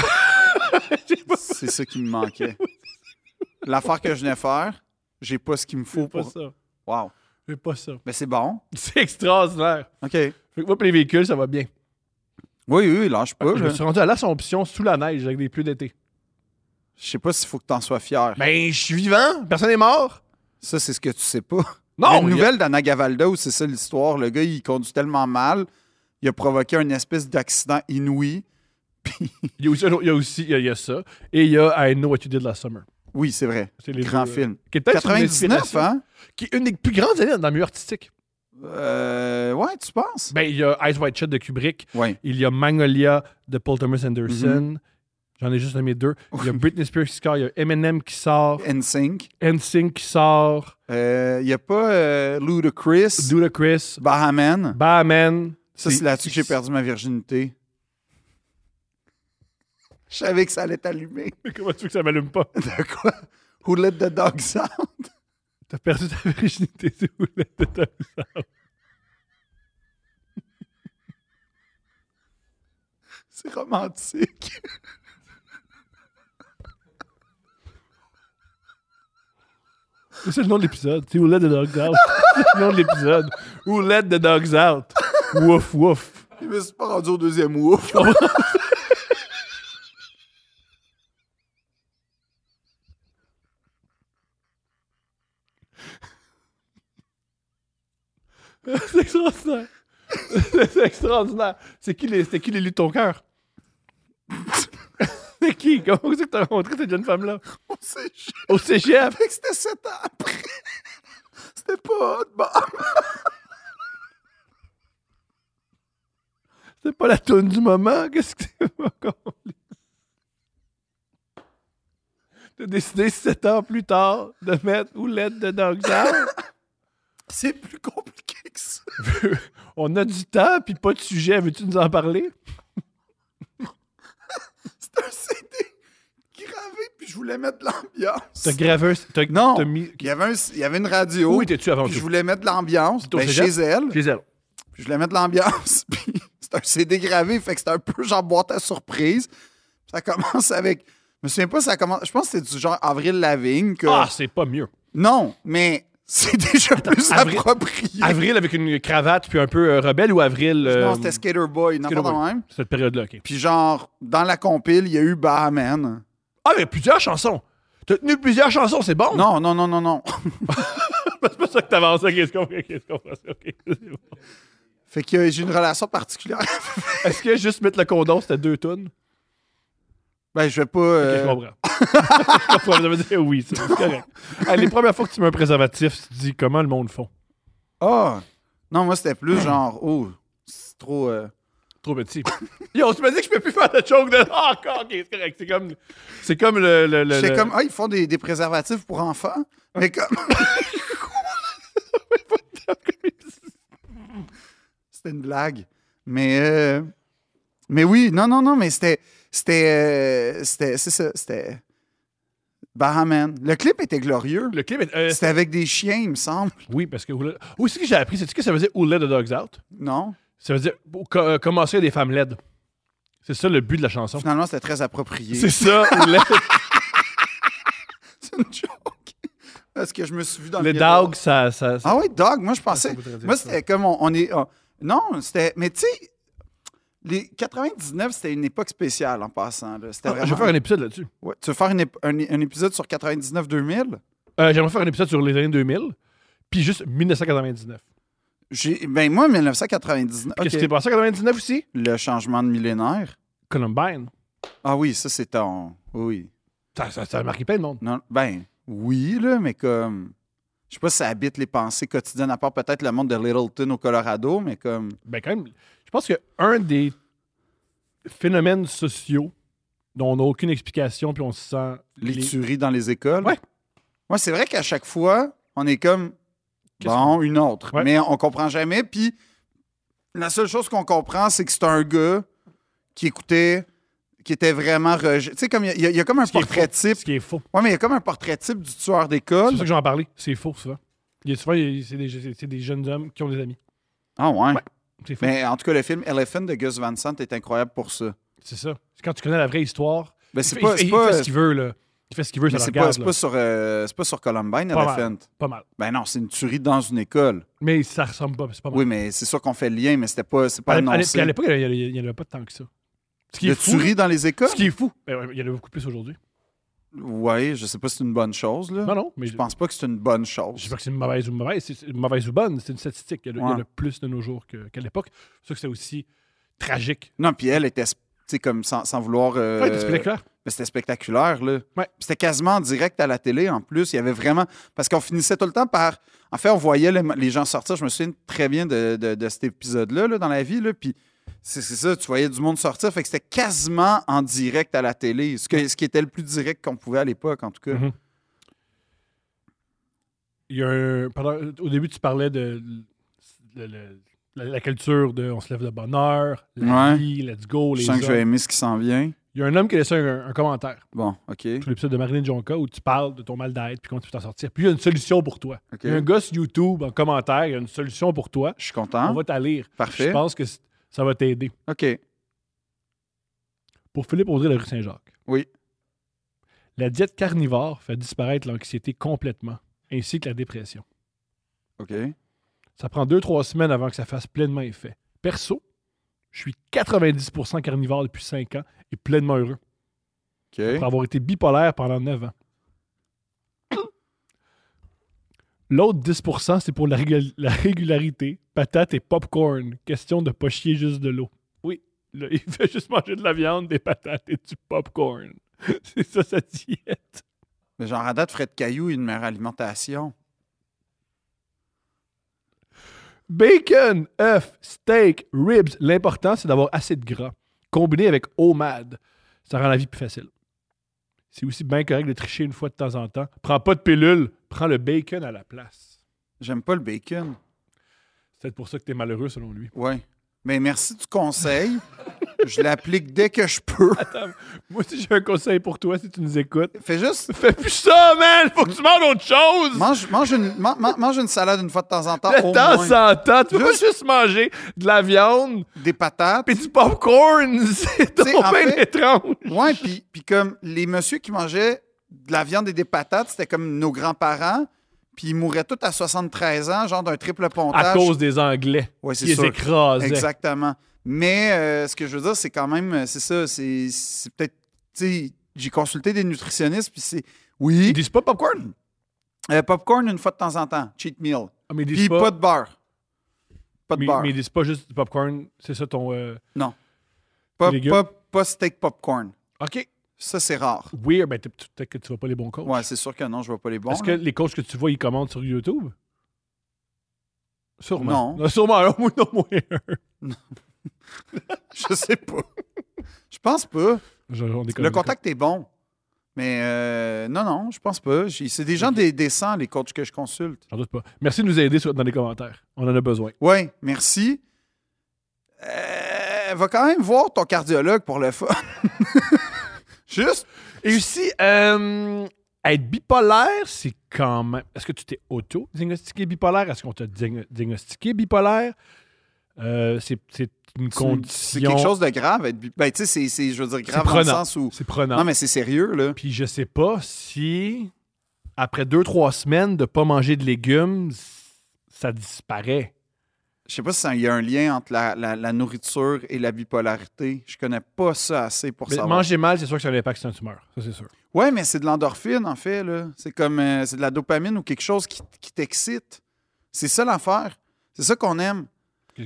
c'est ça qui me manquait. L'affaire que je venais faire, j'ai pas ce qu'il me faut
C'est pas
pour.
ça.
Wow.
C'est pas ça.
Mais c'est bon.
C'est extraordinaire.
OK. Oui,
Fait que moi, pour les véhicules, ça va bien.
oui, oui, lâche pas.
Je
là.
me suis rendu à l'Assomption sous la neige avec des pluies d'été.
Je sais pas s'il faut que t'en sois fier.
Ben, je suis vivant. Personne n'est mort.
Ça, c'est ce que tu sais pas.
Non,
Il y a une
il y a-
nouvelle d'Anna Gavalda où c'est ça l'histoire. Le gars, il conduit tellement mal, il a provoqué une espèce d'accident inouï.
Il y a aussi, il y a, aussi- il y a- il y a ça. Et il y a I Know What You Did Last Summer.
Oui, c'est vrai.
C'est les
Grand
deux, euh,
film.
Qui est peut-être une
99,
inspiration,
hein?
Qui est une des plus grandes années dans le milieu artistique.
Euh, ouais, tu penses?
Ben, il y a Eyes Wide Shut de Kubrick.
Oui.
Il y a Magnolia de Paul Thomas Anderson.
Mhm.
J'en ai juste nommé deux. Il y a Britney Spears qui sort. Il y a Eminem qui sort.
NSYNC.
NSYNC qui sort.
Euh, Il n'y a pas euh, Ludacris,
Ludacris.
Bahaman.
Bahman.
Ça, c'est là-dessus que j'ai perdu ma virginité. Je savais que ça allait t'allumer.
Mais Comment tu veux que ça m'allume pas?
De quoi? Who let the dogs out?
T'as perdu ta virginité, c'est où la tête
C'est romantique.
C'est le nom de l'épisode. C'est Who Let the Dogs Out. C'est le nom de l'épisode. Who Let the Dogs Out. Wouf, wouf.
Je me suis pas rendu au deuxième ouf.
C'est extraordinaire. C'est extraordinaire. C'est qui les, c'est qui l'élu de ton cœur? C'est qui? Comment c'est que t'as rencontré cette jeune femme-là?
On sait jamais.
Au CGF.
Fait que c'était sept ans après. C'était pas hot, bon.
C'est pas la toune du moment. Qu'est-ce que c'est? mon con? T'as décidé sept ans plus tard de mettre Who Let the Dogs Out.
C'est plus compliqué que ça.
On a du temps, puis pas de sujet. Veux-tu nous en parler?
C'est un CD gravé, puis je voulais mettre de l'ambiance.
T'as gravé... un- T'as,
Non.
T'as mis... Oh,
Il y, avait un- il y avait une radio,
Où étais-tu avant
puis je
tout?
voulais mettre de l'ambiance
Au
ben,
cégep?
chez elle.
Chez elle.
Puis je voulais mettre de l'ambiance, puis c'est un CD gravé, fait que c'est un peu genre boîte à surprise. Ça commence avec. Je me souviens pas, ça commence. Je pense que c'est du genre Avril Lavigne. Que...
Ah, c'est pas mieux.
Non, mais c'est déjà plus
Avril-
approprié.
Avril avec une cravate puis un peu euh, rebelle ou Avril. euh,
Non, c'était Skater Boy, n'importe
Skater
quoi
Boy.
même.
Cette période-là, ok.
Puis genre, dans la compile, il y a eu Bahaman.
Ah, mais plusieurs chansons. T'as tenu plusieurs chansons, c'est bon.
Non, non, non, non, non.
c'est pas ça que t'avances. Ok, je comprends. Ok, je comprends. ok, c'est bon.
Fait que euh, j'ai une relation particulière.
Est-ce que juste mettre le condom, c'était deux tonnes?
ben, je vais pas.
Ok,
euh,
je comprends. je comprends. Ça veut dire oui, ça, c'est correct. Hey, les premières fois que tu mets un préservatif, tu te dis comment le monde font.
Ah! Non, moi, c'était plus genre, oh, c'est trop. euh,
Trop petit. Yo, tu m'as dit que je peux plus faire de choke de. Ah, encore, ok, c'est correct. C'est comme. C'est comme le. le, le-
J'étais
Euh, le-
comme, ah, ils font des, des préservatifs pour enfants. Mais comme. c'était une blague. Mais. euh, Mais oui, non, non, non, mais c'était. C'était. euh, C'était. C'est ça, c'était. Bahaman. Le clip était glorieux.
Le clip est- euh,
C'était avec des chiens, il me semble.
Oui, parce que. Oula- Aussi, ce que j'ai appris, c'est-tu que ça veut dire Who let the dogs out?
Non.
Ça veut dire co- euh, commencer à des femmes laides. C'est ça le but de la chanson.
Finalement, c'était très approprié.
C'est ça, Who let
C'est une joke. Parce que je me suis vu dans
le
le miroir.
dog, ça. ça, ça-
Ah oui, dog, moi je
Ça
pensais.
voudrait dire
Moi
ça.
c'était comme on, on est. on- non, c'était. Mais tu sais, les 99, c'était une époque spéciale en passant. là. C'était
Ah, je vais
vraiment-
faire un épisode là-dessus.
Ouais, tu veux faire une ép- un, un épisode sur 99-2000?
Euh, J'aimerais faire un épisode sur les années 2000, puis juste 1999.
J'ai- Ben moi, 1999.
Qu'est-ce
ok.
qui s'est passé en 99 aussi?
Le changement de millénaire.
Columbine.
Ah oui, ça c'est ton. Oui.
Ça, ça, ça a marqué plein de monde.
Non, ben, oui, là, mais comme. Je sais pas si ça habite les pensées quotidiennes, à part peut-être le monde de Littleton au Colorado, mais comme.
Ben, quand même, je pense que un des phénomènes sociaux dont on n'a aucune explication, puis on se sent.
les,
les-
tueries dans les écoles.
Ouais.
Ouais, c'est vrai qu'à chaque fois, on est comme
Qu'est-ce
bon, une autre,
Ouais.
mais on comprend jamais. Puis la seule chose qu'on comprend, c'est que c'est un gars qui écoutait, qui était vraiment rejeté. Tu sais, comme il y a- il y, a- il y a comme un
ce qui est
portrait
faux.
type.
Ce qui est faux.
Ouais, mais il y a comme un portrait type du tueur
C'est
d'école.
pour ça que j'en parlais. C'est faux, souvent. Il y a souvent, il y a- c'est des, c'est- c'est des jeunes hommes qui ont des amis.
Ah ouais.
Ouais. C'est faux.
Mais en tout cas, le film Elephant de Gus Van Sant est incroyable pour ça.
C'est ça. C'est quand tu connais la vraie histoire.
Ben,
Il
c'est
fait-
pas,
il,
c'est
fait, il
pas,
fait ce qu'il veut, là. Il fait ce qu'il veut,
mais
ça le
c'est pas,
regarde.
c'est
là.
pas sur, euh, c'est pas sur Columbine,
Pas mal.
Elephant.
Pas mal.
Ben non, c'est une tuerie dans une école.
Mais ça ressemble pas. C'est pas mal.
Oui, mais c'est sûr qu'on fait le lien, mais c'était pas, c'est pas
À l'é- à l'é-
annoncé.
puis à l'époque, il n'y en avait pas tant que ça. Ce qui
Le
est fou.
tuerie dans les écoles?
Ce qui est fou. Ben ouais, il y en a beaucoup plus aujourd'hui.
Oui, je sais pas si c'est une bonne chose. Là.
Non, non, mais
Je pense pas que c'est une bonne chose.
Je sais pas que c'est une mauvaise ou mauvaise, c'est c'est une mauvaise ou bonne, c'est une statistique. Il y, en a- il y en
Ouais.
a plus de nos jours que- qu'à l'époque. C'est sûr que c'est aussi tragique.
Non, puis elle était, tu sais, comme sans, sans vouloir. euh,
Ouais, t'es spectaculaire.
mais c'était spectaculaire, là.
Ouais.
Puis C'était quasiment en direct à la télé, en plus. Il y avait vraiment. Parce qu'on finissait tout le temps par. En fait, on voyait les, les gens sortir. Je me souviens très bien de, de- de cet épisode-là, là, dans la vie, là. Puis c'est c'est ça, tu voyais du monde sortir. Fait que c'était quasiment en direct à la télé. Ce, que- ce qui était le plus direct qu'on pouvait à l'époque, en tout cas.
Mhm. Il y a un- pendant- au début, tu parlais de l- le- le- la, la culture de on se lève de bonne heure, la
Ouais.
vie, let's go,
Je
les
sens que je vais
hommes.
aimer ce qui s'en vient.
Il y a un homme qui a laissé un, un commentaire
Bon, OK.
sur l'épisode de Marilyn Jonka où tu parles de ton mal d'être puis comment tu peux t'en sortir. Puis il y a une solution pour toi.
OK.
Il y a un gars sur YouTube en commentaire, il y a une solution pour toi.
Je suis content.
On va t'a lire.
Hein? Parfait.
Je pense que c- ça va t'aider.
OK.
Pour Philippe Audrey de rue Saint-Jacques.
Oui.
La diète carnivore fait disparaître l'anxiété complètement, ainsi que la dépression.
OK.
Ça prend deux, trois semaines avant que ça fasse pleinement effet. Perso, je suis 90% carnivore depuis 5 ans et pleinement heureux
OK.
pour avoir été bipolaire pendant 9 ans. L'autre 10%, c'est pour la, régul- la régularité, patate et popcorn. Question de pas chier juste de l'eau. Oui, là, il fait juste manger de la viande, des patates et du popcorn. C'est ça sa diète.
Mais genre, à date, Fred Caillou, une meilleure alimentation.
Bacon, œufs, steak, ribs. L'important, c'est d'avoir assez de gras. Combiné avec OMAD, ça rend la vie plus facile. C'est aussi bien correct de tricher une fois de temps en temps. Prends pas de pilule, prends le bacon à la place.
J'aime pas le bacon.
C'est peut-être pour ça que t'es malheureux, selon lui.
Ouais. Mais merci du conseil. Je l'applique dès que je peux.
Moi, si j'ai un conseil pour toi, si tu nous écoutes,
Fais juste.
fais plus ça, man! Faut que tu manges autre chose!
Mange, mange, une, man- man- mange une salade une fois de temps en temps.
Le
au
temps
moins.
s'entend. Tu peux pas
Juste-
juste manger de la viande
Des patates.
pis du popcorn. C'est
T'sais,
trop
en
bien
fait-
étrange.
Ouais, puis, puis comme les messieurs qui mangeaient de la viande et des patates, c'était comme nos grands-parents. Puis ils mouraient tous à 73 ans, genre d'un triple pontage.
À cause des Anglais.
Ouais, c'est
qui les
sûr.
écrasaient.
Exactement. Mais euh, ce que je veux dire, c'est quand même, euh, c'est ça, c'est c'est peut-être, tu sais, j'ai consulté des nutritionnistes, puis c'est,
Ils
oui,
disent pas popcorn.
euh, popcorn une fois de temps en temps, cheat meal.
Ah, mais ils disent
Puis pas, de beurre. Pas de
mais,
beurre.
mais ils disent pas juste du popcorn. C'est ça ton. euh,
pas,
les gars.
pas, pas steak popcorn.
OK.
Ça, c'est rare.
Weird. Ben, t'es- peut-être que tu vois pas les bons coachs.
Ouais, c'est sûr que non, je vois pas les bons.
Est-ce que
là.
les coachs que tu vois, ils commandent sur YouTube? Sûrement.
Non.
sûrement. Alors, moi, non, moi.
Je sais pas. je pense pas.
Je- on déconne,
Le
on
contact est bon. Mais euh, non, non, je pense pas. J'ai- C'est des gens dé- décents, les coachs que je consulte.
déconne. J'en doute pas. Merci de nous aider sur- dans les commentaires. On en a besoin.
Oui, merci. Euh, va quand même voir ton cardiologue pour le fun. Juste.
Et aussi, euh, être bipolaire, c'est quand même. Est-ce que tu t'es auto-diagnostiqué bipolaire? Est-ce qu'on t'a diagno- diagnostiqué bipolaire? Euh, c'est c'est une condition.
C'est quelque chose de grave. être bi- Ben, tu sais, c'est- c'est, je veux dire, grave
C'est
dans le
prenant.
sens où.
C'est prenant.
Non, mais c'est sérieux, là.
Puis je sais pas si, après deux, trois semaines de pas manger de légumes, c- ça disparaît.
Je sais pas s'il y a un lien entre la, la- la nourriture et la bipolarité. Je connais pas ça assez pour
Mais
savoir.
manger mal, c'est sûr que ça a un impact sur une tumeur. Ça, c'est sûr.
Ouais, mais c'est de l'endorphine, en fait. là. C'est comme euh, c'est de la dopamine ou quelque chose qui, qui t'excite. C'est ça l'affaire. C'est ça qu'on aime.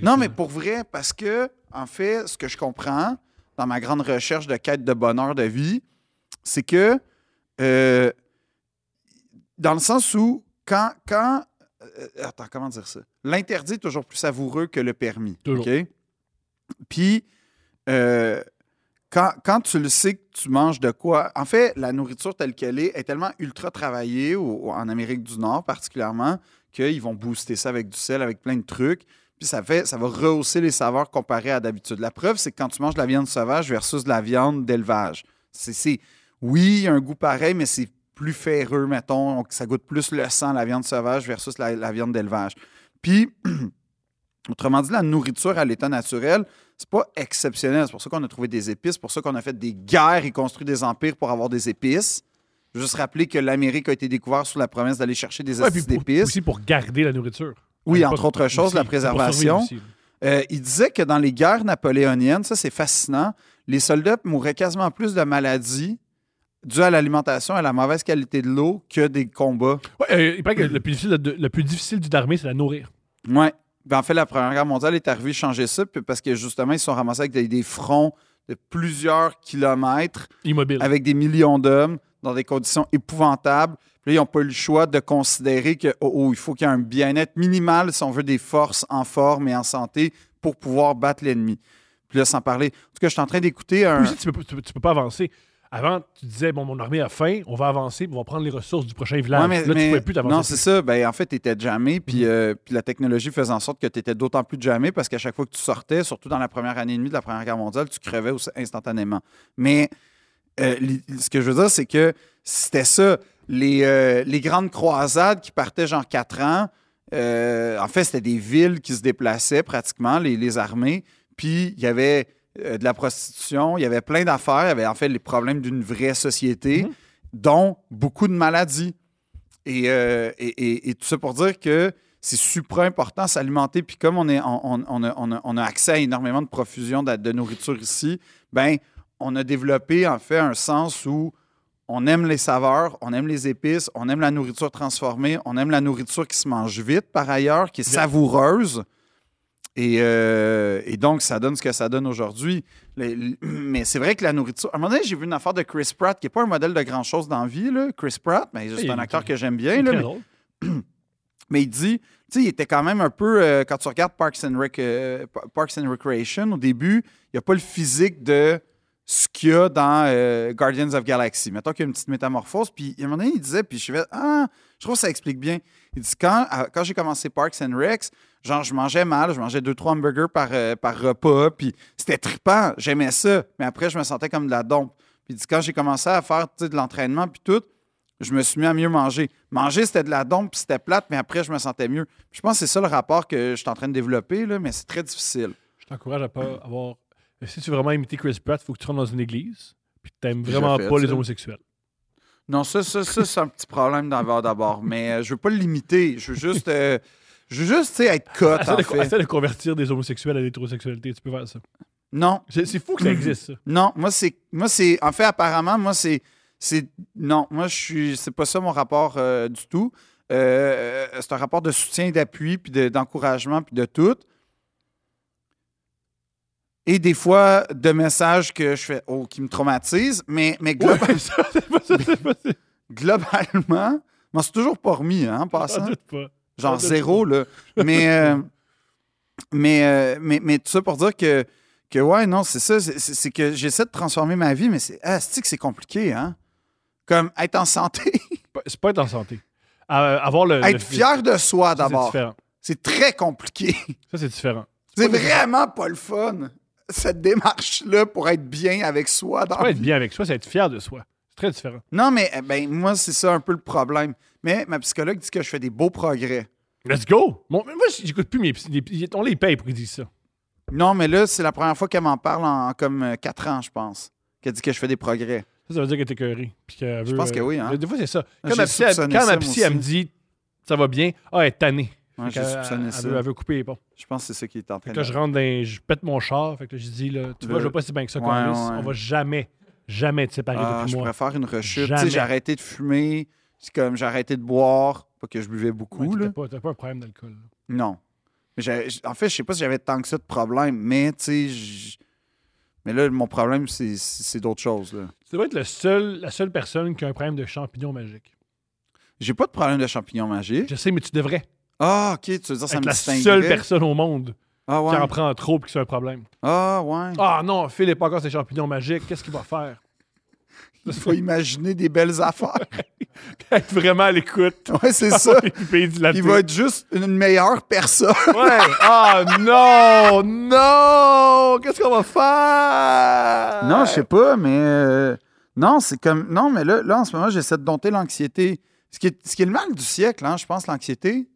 Non, mais pour vrai, parce que, en fait, ce que je comprends dans ma grande recherche de quête de bonheur de vie, c'est que, euh, dans le sens où, quand. quand euh, attends, comment dire ça? L'interdit est toujours plus savoureux que le permis.
Toujours.
OK? Puis, euh, quand, quand tu le sais que tu manges de quoi, en fait, la nourriture telle qu'elle est est tellement ultra travaillée, au- au- en Amérique du Nord particulièrement, qu'ils vont booster ça avec du sel, avec plein de trucs. Puis ça fait, ça va rehausser les saveurs comparées à d'habitude. La preuve, c'est que quand tu manges de la viande sauvage versus de la viande d'élevage, c'est, c'est- oui, il y a un goût pareil, mais c'est plus ferreux, mettons, donc ça goûte plus le sang, la viande sauvage versus la, la viande d'élevage. Puis, autrement dit, la nourriture à l'état naturel, c'est pas exceptionnel. C'est pour ça qu'on a trouvé des épices, c'est pour ça qu'on a fait des guerres et construit des empires pour avoir des épices. Je veux Juste rappeler que l'Amérique a été découverte sur la promesse d'aller chercher des
Ouais, puis
astuces
pour-
d'épices.
aussi pour garder la nourriture.
Oui,
À
entre
l'époque
autres choses,
aussi,
la
pour
préservation.
survivre aussi.
Euh, il disait que dans les guerres napoléoniennes, ça c'est fascinant, les soldats mouraient quasiment plus de maladies dues à l'alimentation et à la mauvaise qualité de l'eau que des combats.
Ouais, euh, il paraît que le plus difficile, de- le plus difficile d'une armée, c'est la nourrir.
Ouais. Ben, en fait, la Première Guerre mondiale est arrivée changer ça puis parce que justement, ils se sont ramassés avec des, des fronts de plusieurs kilomètres
Immobile.
avec des millions d'hommes dans des conditions épouvantables. Puis là, ils n'ont pas eu le choix de considérer que oh, oh, il faut qu'il y ait un bien-être minimal si on veut des forces en forme et en santé pour pouvoir battre l'ennemi. Puis là, sans parler. En tout cas, je suis en train d'écouter un.
Puis aussi, tu peux, pas- tu peux- tu peux pas avancer. Avant, tu disais, bon, mon armée a faim, on va avancer, puis on va prendre les ressources du prochain village.
Ouais, mais-
Là, tu
mais-
pouvais plus t'avancer. Mm-hmm.
Non, c'est ça. Ben, en fait, tu étais jamais. Puis, euh, puis la technologie faisait en sorte que tu étais d'autant plus jamais parce qu'à chaque fois que tu sortais, surtout dans la première année et demie de la Première Guerre mondiale, tu crevais aussi instantanément. Mais euh, li- ce que je veux dire, c'est que c'était ça. Les, euh, les grandes croisades qui partaient genre quatre ans, euh, en fait, c'était des villes qui se déplaçaient pratiquement, les, les armées. Puis il y avait euh, de la prostitution, il y avait plein d'affaires, il y avait en fait les problèmes d'une vraie société,
Mhm.
dont beaucoup de maladies. Et, euh, et- et- et tout ça pour dire que c'est super important s'alimenter. Puis comme on, est, on, on- on a, on a- on a accès à énormément de profusion de, de nourriture ici, ben on a développé en fait un sens où on aime les saveurs, on aime les épices, on aime la nourriture transformée, on aime la nourriture qui se mange vite par ailleurs, qui est
Bien.
savoureuse. Et, euh, et donc, ça donne ce que ça donne aujourd'hui. Le- le- Mais c'est vrai que la nourriture. À un moment donné, j'ai vu une affaire de Chris Pratt, qui n'est pas un modèle de grand-chose dans la vie. Là. Chris Pratt, mais c'est
Il
un
est-
acteur que j'aime bien.
C'est
là,
très
mais-
drôle.
mais il dit, tu sais, il était quand même un peu, euh, quand tu regardes Parks and, Rec- euh, Pa- Parks and Recreation, au début, il n'y a pas le physique de ce qu'il y a dans euh, Guardians of Galaxy. Mettons qu'il y a une petite métamorphose. Puis, à un moment donné, il disait, puis je fais, ah, je trouve que ça explique bien. Il dit quand, à- quand j'ai commencé Parks and Recs, genre, je mangeais mal, je mangeais deux, trois hamburgers par, euh, par repas, puis c'était trippant, j'aimais ça. Mais après, je me sentais comme de la dompe. Puis il dit quand j'ai commencé à faire tu sais, de l'entraînement, puis tout, je me suis mis à mieux manger. Manger, c'était de la dompe, puis c'était plate, mais après, je me sentais mieux. Puis je pense que c'est ça le rapport que je suis en train de développer, là, mais c'est très difficile.
Je t'encourage à pas avoir. euh, Si tu veux vraiment imiter Chris Pratt, il faut que tu rentres dans une église. Puis t'aimes
Déjà
vraiment
fait,
pas les
ça.
homosexuels.
Non, ça, ça, ça c'est un petit problème d'avoir d'abord, mais euh, je veux pas le limiter. Je veux juste, euh, je veux juste tu sais, être cote,
Essaie
en
de, co-
fait.
essaie de convertir des homosexuels à l'hétérosexualité. Tu peux faire ça.
Non,
C'est c'est fou que ça existe, ça.
non, moi, c'est. moi c'est En fait, apparemment, moi, c'est. c'est non, moi, je suis. C'est pas ça mon rapport euh, du tout. Euh, euh, c'est un rapport de soutien, et d'appui, puis de- d'encouragement, puis de tout. Et des fois, de messages que je fais, oh, qui me traumatisent, mais, mais glo-
Ouais, ça, c'est pas ça, c'est pas ça.
globalement, je m'en suis toujours pas remis, hein, en
J'en
passant.
doute pas.
Genre
Ah, de
zéro, là. Mais, euh, mais, euh, mais, mais tout ça pour dire que, que ouais, non, c'est ça. c'est- C'est c'est que j'essaie de transformer ma vie, mais c'est ah, c'est-tu que c'est compliqué, hein? Comme être en santé,
Pas- C'est pas être en santé. Euh, avoir le. le-
être fier de soi
ça, C'est
d'abord.
différent.
C'est très compliqué.
Ça, c'est différent.
C'est vraiment pas le fun, cette démarche-là, pour être bien avec soi. Dans...
Pas être bien avec soi, c'est être fier de soi. C'est très différent.
Non, mais eh ben, moi, c'est ça un peu le problème. Mais ma psychologue dit que je fais des beaux progrès.
Let's go! Bon, mais moi, j'écoute plus mes. les- on les paye pour qu'ils disent ça.
Non, mais là, c'est la première fois qu'elle m'en parle en comme euh, quatre ans, je pense, qu'elle dit que je fais des progrès.
Ça, ça veut dire qu'elle est écœurée. puis qu'elle
Je
veut,
pense que
euh,
oui, hein.
Des fois, c'est ça.
Ah,
Quand
j'ai
ma psy, elle,
soupçonné
quand ma
ça,
psy,
moi
elle me
aussi.
dit ça va bien, ah, elle est tannée.
Ouais,
Fait
j'ai
qu'elle-
soupçonné
elle,
ça.
veut, elle veut couper les ponts.
Je pense que c'est ça qui est en train
Fait que là, je rentre dans. Je pète mon char. Fait que là, je dis, là, tu vois,
Le-
je vais pas si bien que ça
Ouais,
qu'on
ouais.
On va jamais, jamais te séparer
Ah,
depuis
je
moi.
préfère une rechute. Tu sais,
Jamais.
j'ai arrêté de fumer. C'est comme j'ai arrêté de boire. Pas que je buvais beaucoup,
Ouais,
là.
t'as pas, t'as pas un problème d'alcool. là.
Non. Mais j'avais- j- en fait, je sais pas si j'avais tant que ça de problème, mais tu sais, j- mais là, mon problème, c'est- c'est c'est d'autres choses. là.
Tu devrais être le seul, la seule personne qui a un problème de champignons magiques.
J'ai pas de problème de champignons magiques.
Je sais, mais tu devrais
Ah, ok, tu veux dire ça
être
me
la
distinguerait.
seule personne au monde
Ah ouais.
qui en prend trop et qui c'est un problème.
Ah ouais.
Ah non, Phil n'est pas encore ses champignons magiques. Qu'est-ce qu'il va faire?
Il faut imaginer des belles affaires.
être vraiment à l'écoute.
Ouais, c'est ça.
Puis dilater.
Il va être juste une meilleure personne.
Ouais. Ah non, non. Qu'est-ce qu'on va faire
Non, je sais pas, mais euh, non, c'est comme non, mais là, là en ce moment, j'essaie de dompter l'anxiété. Ce qui, est, ce qui est le mal du siècle, hein, je pense, l'anxiété.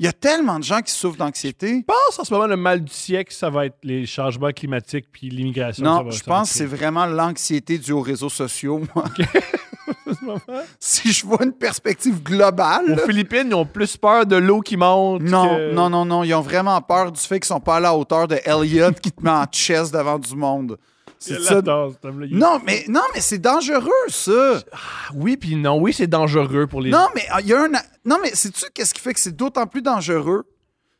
Il y a tellement de gens qui souffrent d'anxiété.
pense en ce moment le mal du siècle, ça va être les changements climatiques puis l'immigration. ça
Non,
va-
je
ça va
pense que c'est
être-
vraiment l'anxiété due aux réseaux sociaux, moi. si je vois une perspective globale.
Aux Philippines, ils ont plus peur de l'eau qui monte.
Non,
que-
non, non, non. Ils ont vraiment peur du fait qu'ils sont pas à la hauteur de Elliot qui te met en chest devant du monde. C'est
que
ça.
la tasse, t'as vu, là, il-
Non, mais, non, mais c'est dangereux, ça.
Ah Oui, puis non. Oui, c'est dangereux pour les.
Non, mais ah, il y a un. a- Non, mais sais-tu qu'est-ce qui fait que c'est d'autant plus dangereux?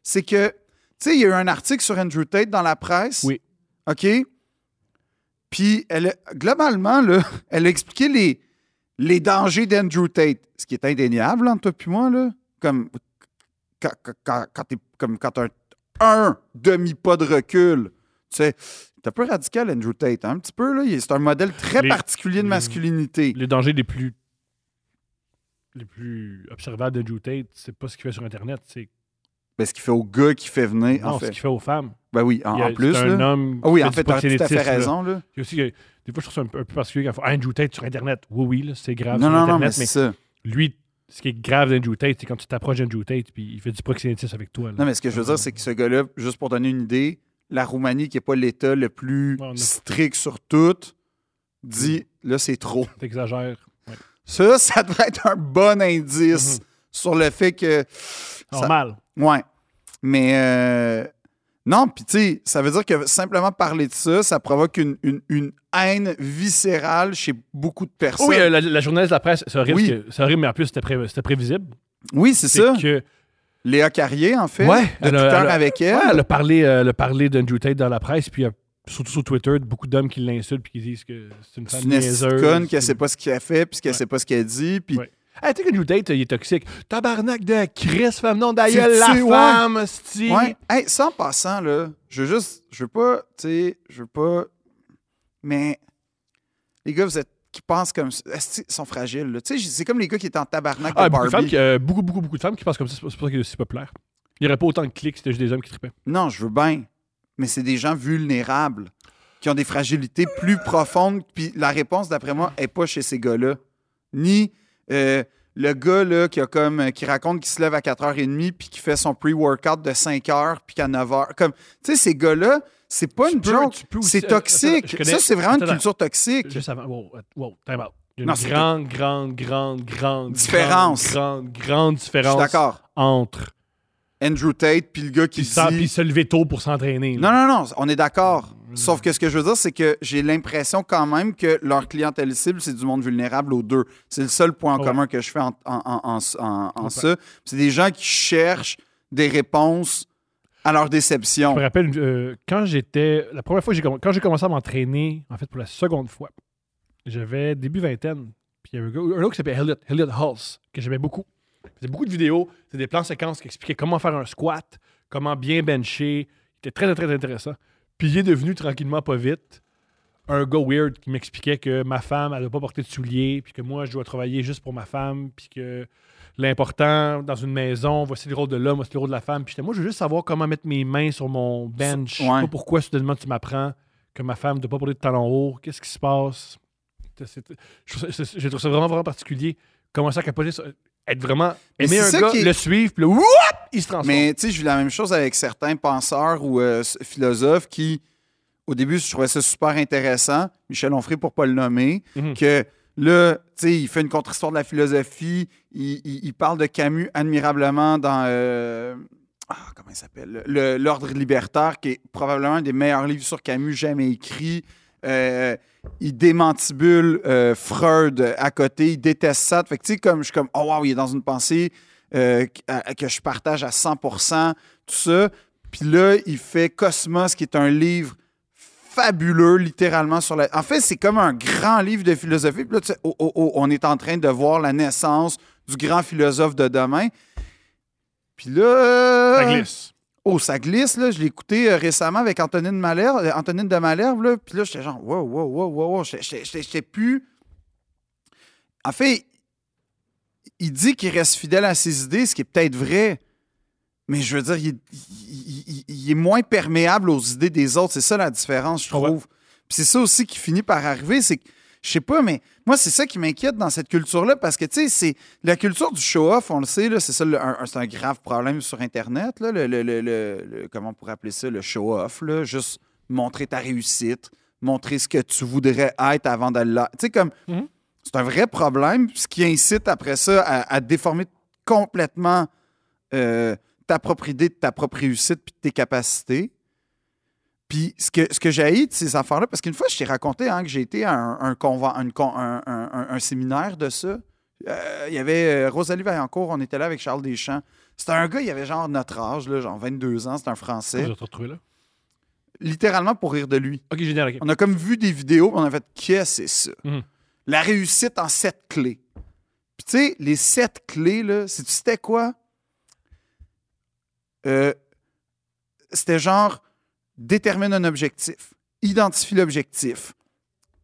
C'est que, tu sais, il y a eu un article sur Andrew Tate dans la presse.
Oui.
OK? Puis, elle, a- globalement, là, elle a expliqué les, les dangers d'Andrew Tate, ce qui est indéniable, là, entre toi puis moi, là. Comme quand, quand- quand, quand t'es- comme quand t'as un, un demi-pas de recul, tu sais, t'es un peu radical, Andrew Tate, hein, un petit peu, là. Il- C'est un modèle très
Les-
particulier de
les-
masculinité.
les dangers les plus les plus observables de Drew Tate, c'est pas ce qu'il fait sur Internet, c'est
Ben, ce qu'il fait au gars qui fait venir,
non,
en fait.
ce qu'il fait aux femmes.
Ben oui, en,
Il y a-
en plus.
c'est un
Là.
homme.
Ah oui,
qui
en
du
fait, t'as tout à fait
proxénétisme, là.
raison. Là.
Il y a aussi, euh, des fois, je trouve ça un, un peu particulier quand il faut Andrew Tate sur Internet. Oui, oui, là, c'est grave
Non,
sur
non, non, mais
Internet,
c'est
mais,
ça.
lui, ce qui est grave d'Andrew Tate, c'est quand tu t'approches d'Andrew Tate puis il fait du proxénétisme avec toi. là.
Non, mais ce que je veux dire, c'est que ce gars-là, juste pour donner une idée, la Roumanie, qui n'est pas l'État le plus
Ouais, on a-
strict sur tout, dit là, c'est trop.
T'exagères. Ouais.
Ça, ça devrait être un bon
Mm-hmm.
indice sur le fait que. ça-
Normal.
Ouais. Mais euh, non, puis tu sais, ça veut dire que simplement parler de ça, ça provoque une, une- une haine viscérale chez beaucoup de personnes.
Oh oui, euh, la, la journaliste de la presse, c'est horrible,
Oui.
que- c'est horrible, mais en plus, c'était pré- c'était prévisible.
Oui, c'est
C'est
ça.
que
Léa Carrier, en fait,
Ouais,
de
elle
Twitter
a- elle a-
avec elle.
Ouais, elle a parlé, euh, elle a parlé d'Andrew Tate dans la presse, puis euh, surtout sur Twitter, beaucoup d'hommes qui l'insultent puis qui disent que c'est une
C'est
femme
une
niaiseuse.
esticone qui ne
puis-
sait pas ce qu'elle fait, puis qu'elle
Ouais.
sait pas ce qu'elle dit. Puis
Ouais. Hey, tu sais qu'Andrew Tate, euh, il est toxique. Tabarnak de Chris, femme non d'ailleurs,
C'est-
la
c'est- ouais.
femme, sti.
Ouais. Hey, ça, en passant, là, je veux juste, je veux pas, tu sais, je veux pas, mais les gars, vous êtes qui pensent comme ça. Esti, Ils sont fragiles. là. Tu sais, c'est comme les gars qui étaient en tabarnak de
Ah, beaucoup, de femmes
Barbie.
qui- euh, beaucoup, beaucoup, beaucoup de femmes qui pensent comme ça, c'est pour c'est pour ça qu'il est aussi populaire. Il n'y aurait pas autant de clics si c'était juste des hommes qui tripaient.
Non, je veux bien. Mais c'est des gens vulnérables qui ont des fragilités plus profondes. Puis la réponse, d'après moi, est pas chez ces gars-là. Ni euh, le gars là, qui, a comme, euh, qui raconte qu'il se lève à 4h30 puis qui fait son pre-workout de 5h puis qu'à 9h. Comme, tu sais, ces gars-là, c'est pas
Tu
une
peux-
joke.
tu peux aussi-
C'est toxique.
Attends, je connais-
Ça, c'est vraiment une
attends.
culture toxique.
Juste avant. Wow, euh, wow, time out. Il y a une
Non, c'est-
grande, grande, grande, grande
Différence.
Grande, grande, grande
Je suis
différence
d'accord.
entre
Andrew Tate puis le gars qui
qui sort
dit-
puis se lever tôt pour s'entraîner.
Non,
là.
non, non, on est d'accord. Sauf que ce que je veux dire, c'est que j'ai l'impression quand même que leur clientèle cible, c'est du monde vulnérable aux deux. C'est le seul point en
Ouais.
commun que je fais en, en- en- en- en- en
Ouais.
ça. C'est des gens qui cherchent des réponses à leur déception.
Je me rappelle, euh, quand j'étais. La première fois que j'ai comm- quand j'ai commencé à m'entraîner, en fait, pour la seconde fois, j'avais début vingtaine. Puis il y avait un gars, un autre qui s'appelait Elliot, Elliot Hulse, que j'aimais beaucoup. Il faisait beaucoup de vidéos. C'était des plans séquences qui expliquaient comment faire un squat, comment bien bencher. C'était très, très, très intéressant. Puis il est devenu tranquillement, pas vite, un gars weird qui m'expliquait que ma femme, elle n'a pas porté de souliers, puis que moi, je dois travailler juste pour ma femme, puis que l'important dans une maison, voici le rôle de l'homme, voici le rôle de la femme. Puis j'étais, moi, je veux juste savoir comment mettre mes mains sur mon bench.
Ouais.
Pas pourquoi soudainement tu m'apprends que ma femme ne doit pas porter de talons hauts. Qu'est-ce qui se passe? C'est- c'est- je trouve ça- c'est- J'ai trouvé ça vraiment, vraiment particulier. Commencer à capoter sur- Être vraiment.
Mais
Aimer
c'est
un
ça
gars,
qui est-
le suivre, puis le whoop, il se transforme.
Mais tu sais, j'ai vu la même chose avec certains penseurs ou euh, s- philosophes qui, au début, je trouvais ça super intéressant, Michel Onfray pour pas le nommer,
Mhm.
que là, tu sais, il fait une contre-histoire de la philosophie, il, il- il parle de Camus admirablement dans. euh, ah, comment il s'appelle Le- L'Ordre libertaire, qui est probablement un des meilleurs livres sur Camus jamais écrits. Euh, il démantibule euh, Freud à côté, il déteste ça. Fait que tu sais, comme je suis comme, oh wow, il est dans une pensée euh, qu- à- que je partage à 100%, tout ça. Puis là, il fait Cosmos, qui est un livre fabuleux, littéralement, sur la... En fait, c'est comme un grand livre de philosophie. Puis là, tu sais, oh, oh, oh, on est en train de voir la naissance du grand philosophe de demain. Puis là...
Ça glisse.
Oh, ça glisse, là. Je l'ai écouté euh, récemment avec Antonine, Malherbe, euh, Antonine de Malherbe, là. Puis là, j'étais genre, wow, wow, wow, wow, wow. J'étais- J'étais j'étais- j'étais plus. En fait, il dit qu'il reste fidèle à ses idées, ce qui est peut-être vrai. Mais je veux dire, il, est- il- il- il- il est moins perméable aux idées des autres. C'est ça la différence, je
Ouais.
trouve. Puis c'est ça aussi qui finit par arriver. C'est que, je sais pas, mais moi, c'est ça qui m'inquiète dans cette culture-là. Parce que, tu sais, c'est la culture du show-off, on le sait, là, c'est ça, le- un, un- c'est un grave problème sur Internet. Là, le, le- le- le- le- comment on pourrait appeler ça, le show-off, là, juste montrer ta réussite, montrer ce que tu voudrais être avant de l'être. Tu sais, comme,
Mhm.
c'est un vrai problème, ce qui incite après ça à, à déformer complètement euh, ta propre idée de ta propre réussite puis de tes capacités. Puis ce que, ce que j'ai haï de ces affaires-là, parce qu'une fois, je t'ai raconté hein, que j'ai été à un, un conven- une con- un- un- un- un séminaire de ça. Euh, il y avait euh, Rosalie Vaillancourt, on était là avec Charles Deschamps. C'était un gars, il avait genre notre âge, là, genre 22 ans, c'était un Français.
Vous êtes retrouvés là.
Littéralement pour rire de lui.
Ok, génial. ok.
On a comme vu des vidéos, puis on a fait qu'est-ce que c'est ça?
Mhm.
La réussite en sept clés. Puis tu sais, les sept clés, là, c'est- c'était quoi? Euh, c'était genre détermine un objectif, identifie l'objectif,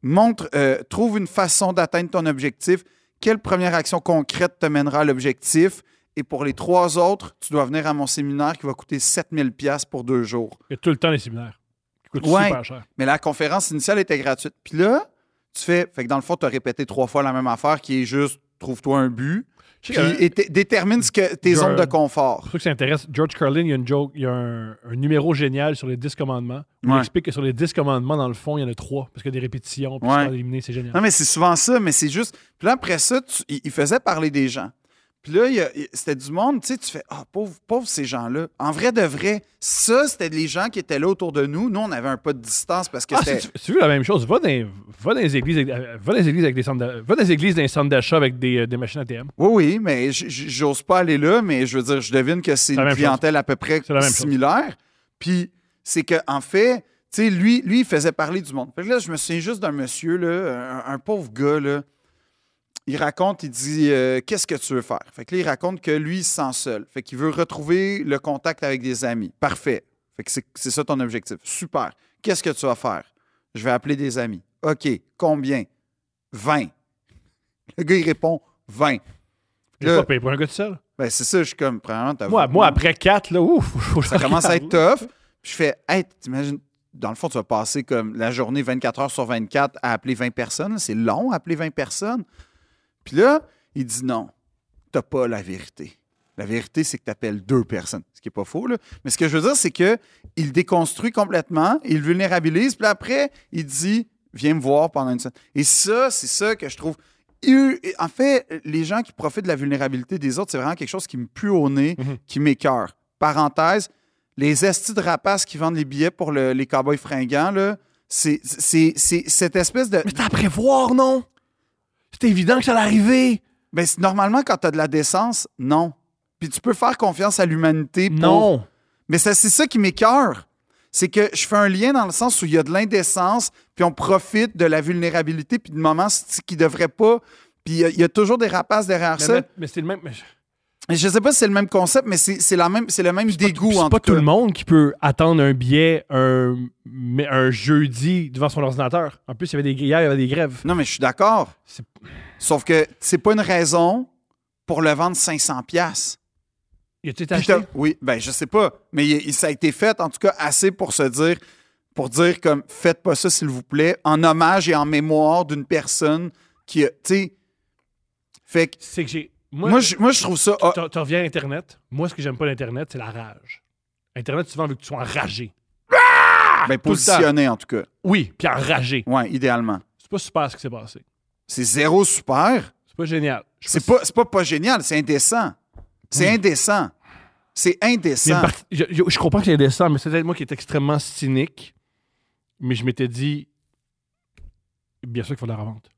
montre, euh, trouve une façon d'atteindre ton objectif, quelle première action concrète te mènera à l'objectif, et pour les trois autres, tu dois venir à mon séminaire qui va coûter 7000 pièces pour deux jours.
Il y a tout le temps les séminaires. Qui coûtent
Ouais.
super cher.
Mais la conférence initiale était gratuite. Puis là, tu fais. Fait que dans le fond, tu as répété trois fois la même affaire qui est juste trouve-toi un but.
Je sais
Puis
qu'il y a un-
et t- détermine ce que tes
Genre-
zones de confort.
Pour ceux qui s'intéressent, George Carlin, il y a, une joke, il y a un, un numéro génial sur les 10 commandements. où Il
Ouais.
explique que sur les 10 commandements, dans le fond, il y en a 3 parce qu'il y a des répétitions, puis
Ouais.
ouais. éliminer, c'est génial.
Non, mais c'est souvent ça, mais c'est juste. Puis là, après ça, tu- il, il faisait parler des gens. Puis là, il y a- il- c'était du monde, tu sais, tu fais Ah, pauvre, pauvre ces gens-là. En vrai de vrai, ça, c'était les gens qui étaient là autour de nous. Nous, on avait un pas de distance parce que
Ah, si
c'était.
tu, si tu veux la même chose, va dans, va dans les églises, avec- euh, va dans les églises avec des centres, d'a- va dans les églises dans les centres d'achat avec des, euh, des machines ATM.
Oui, oui, mais j- j- j'ose pas aller là, mais je veux dire, je devine que c'est
la
une
même
clientèle à peu près
C'est la même chose.
similaire. Puis c'est que en fait, tu sais, lui, lui, il faisait parler du monde. Fait que là, je me souviens juste d'un monsieur, là, un, un pauvre gars, là. Il raconte, il dit euh, Qu'est-ce que tu veux faire? Fait que là, il raconte que lui, il se sent seul. Fait qu'il veut retrouver le contact avec des amis. Parfait. Fait que c'est c'est ça ton objectif. Super. Qu'est-ce que tu vas faire? Je vais appeler des amis. OK. Combien? 20. Le gars, il répond 20.
J'ai
Là,
pas payé pour un gars tout seul.
ben, c'est ça, je suis comme, premièrement, t'as
Moi, moi, après 4, là, ouf, faut que je
ça commence à
regarde.
être tough. Puis je fais, hey, t'imagines, dans le fond, tu vas passer comme la journée 24 heures sur 24 à appeler 20 personnes. C'est long, appeler 20 personnes. Puis là, il dit non, t'as pas la vérité. La vérité, c'est que tu appelles deux personnes, ce qui n'est pas faux. Là. Mais ce que je veux dire, c'est que il déconstruit complètement, il vulnérabilise, puis après, il dit Viens me voir pendant une semaine. Et ça, c'est ça que je trouve. eu- En fait, les gens qui profitent de la vulnérabilité des autres, c'est vraiment quelque chose qui me pue au nez,
Mhm.
qui m'écœure. Parenthèse, les estis de rapaces qui vendent les billets pour le- les cowboys fringants, là, c'est c'est- c'est cette espèce de.
Mais c'était à prévoir, non? C'était évident que ça allait arriver.
Ben, c'est- normalement, quand tu as de la décence, non. Puis tu peux faire confiance à l'humanité pour-
Non.
Mais ça, c'est ça qui m'écœure. C'est que je fais un lien dans le sens où il y a de l'indécence, puis on profite de la vulnérabilité, puis de moments sti- qui ne devraient pas. Puis il y a- il y, a toujours des rapaces derrière
Mais,
ça.
mais- mais c'est le même. mais je-
Et Je ne sais pas si c'est le même concept, mais c'est c'est la même, c'est le même dégoût,
Puis
en
C'est pas
tout
tout
cas.
le monde qui peut attendre un billet un, mais un jeudi devant son ordinateur. En plus, il y avait des, hier, il y avait des grèves.
Non, mais je suis d'accord.
C'est-
Sauf que c'est pas une raison pour le vendre 500 pièces.
Y a-tu été
Puis
acheté?
t'as- Oui, ben je sais pas, mais il- il- ça a été fait en tout cas assez pour se dire, pour dire comme faites pas ça s'il vous plaît, en hommage et en mémoire d'une personne qui, a- tu sais, fait que
C'est que j'ai. Moi,
moi, je, moi je trouve ça, ah,
tu reviens à Internet. Moi, ce que j'aime pas d'Internet, c'est la rage. Internet, souvent, veut que tu sois enragé.
ben,
tout le
positionné en tout cas,
Oui, puis enragé.
ouais, idéalement.
C'est pas super ce qui s'est passé.
C'est zéro super,
C'est pas génial. Je sais
c'est pas, c'est pas pas génial, c'est indécent, c'est indécent, c'est
Il y a une
indécent.
partie- je, je- je comprends que c'est indécent, mais c'est peut-être moi qui est extrêmement cynique. Mais je m'étais dit, bien sûr qu'il faut de la revente.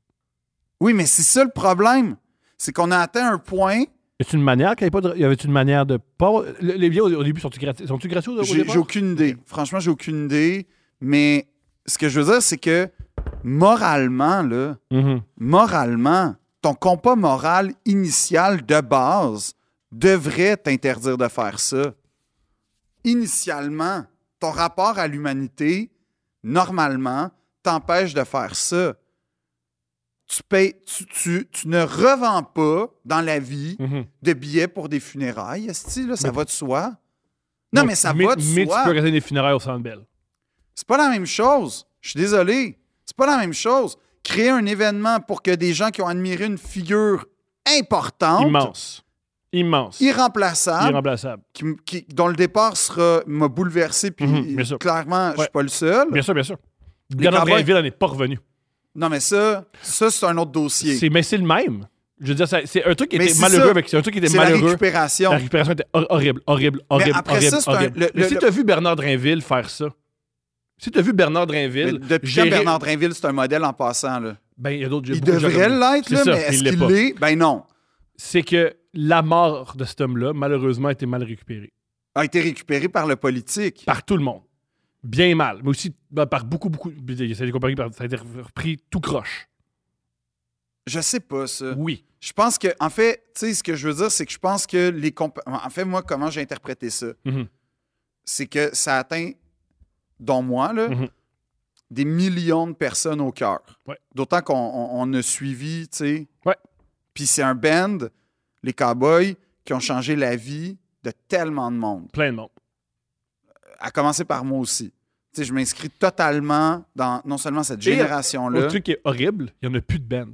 Oui, mais c'est ça le problème, c'est qu'on a atteint un point.
Y a-t-il une manière qu'il n'y avait pas de... Y avait-tu une manière de pas... le- les billets au, au début sont-ils gratuits? Sont-ils gratuits au, au
J'ai
départ?
j'ai aucune idée. Franchement, j'ai aucune idée. Mais ce que je veux dire, c'est que moralement, là,
Mhm.
moralement, ton compas moral initial de base devrait t'interdire de faire ça. Initialement, ton rapport à l'humanité, normalement, t'empêche de faire ça. Tu, payes, tu, tu- tu ne revends pas dans la vie
Mhm.
de billets pour des funérailles, esti, là, ça va de soi. Non, mais ça
mais,
va de
Mais
soi.
tu peux organiser des funérailles au Centre Bell.
C'est pas la même chose. Je suis désolé. C'est pas la même chose. Créer un événement pour que des gens qui ont admiré une figure importante,
Immense. Immense.
irremplaçable,
Irremplaçable.
qui- qui- dont le départ sera m'a bouleversé, puis
Mhm, bien sûr.
clairement, je
Ouais.
suis pas le seul.
Bien sûr, bien sûr.
Les
Gardien
Cowboys-
Ville, on n'est pas revenu.
Non, mais ça, ça c'est un autre dossier.
C'est- Mais c'est le même. Je veux dire, ça- c'est un truc qui
Mais
était
c'est
malheureux.
ça.
Avec, c'est un truc qui était
C'est la
malheureux.
récupération.
La récupération était hor- horrible, horrible, horrible,
après
horrible.
ça, c'est un-
horrible.
le-
Mais
le-
si
le-
t'as vu Bernard Drainville faire ça, si t'as vu Bernard Drainville...
Mais Depuis
gérer-
quand Bernard Drinville, c'est un modèle en passant. Là.
Ben, il y a d'autres...
Il
beaucoup de gens
devrait
comme-
l'être,
C'est
là,
ça,
mais est-ce
il l'est
qu'il
pas.
l'est? Ben non.
C'est que la mort de cet homme-là, malheureusement, a été mal récupérée.
A été récupéré par le politique.
Par tout le monde. Bien et mal. Mais aussi ben, par beaucoup, beaucoup... Ça a été comparé par- ça a été repris tout croche.
Je sais pas ça.
Oui.
Je pense que, en fait, tu sais, ce que je veux dire, c'est que je pense que les compa- En fait, moi, comment j'ai interprété ça,
Mhm.
c'est que ça atteint, dans moi, là,
Mhm.
des millions de personnes au cœur.
Ouais.
D'autant qu'on on- on a suivi, tu sais.
Ouais.
Puis c'est un band, les Cowboys, qui ont changé la vie de tellement de monde
Plein de monde.
à commencer par moi aussi. Tu sais, je m'inscris totalement dans non seulement cette
Et, euh,
génération-là.
Autre truc qui est horrible, il n'y en a plus de band.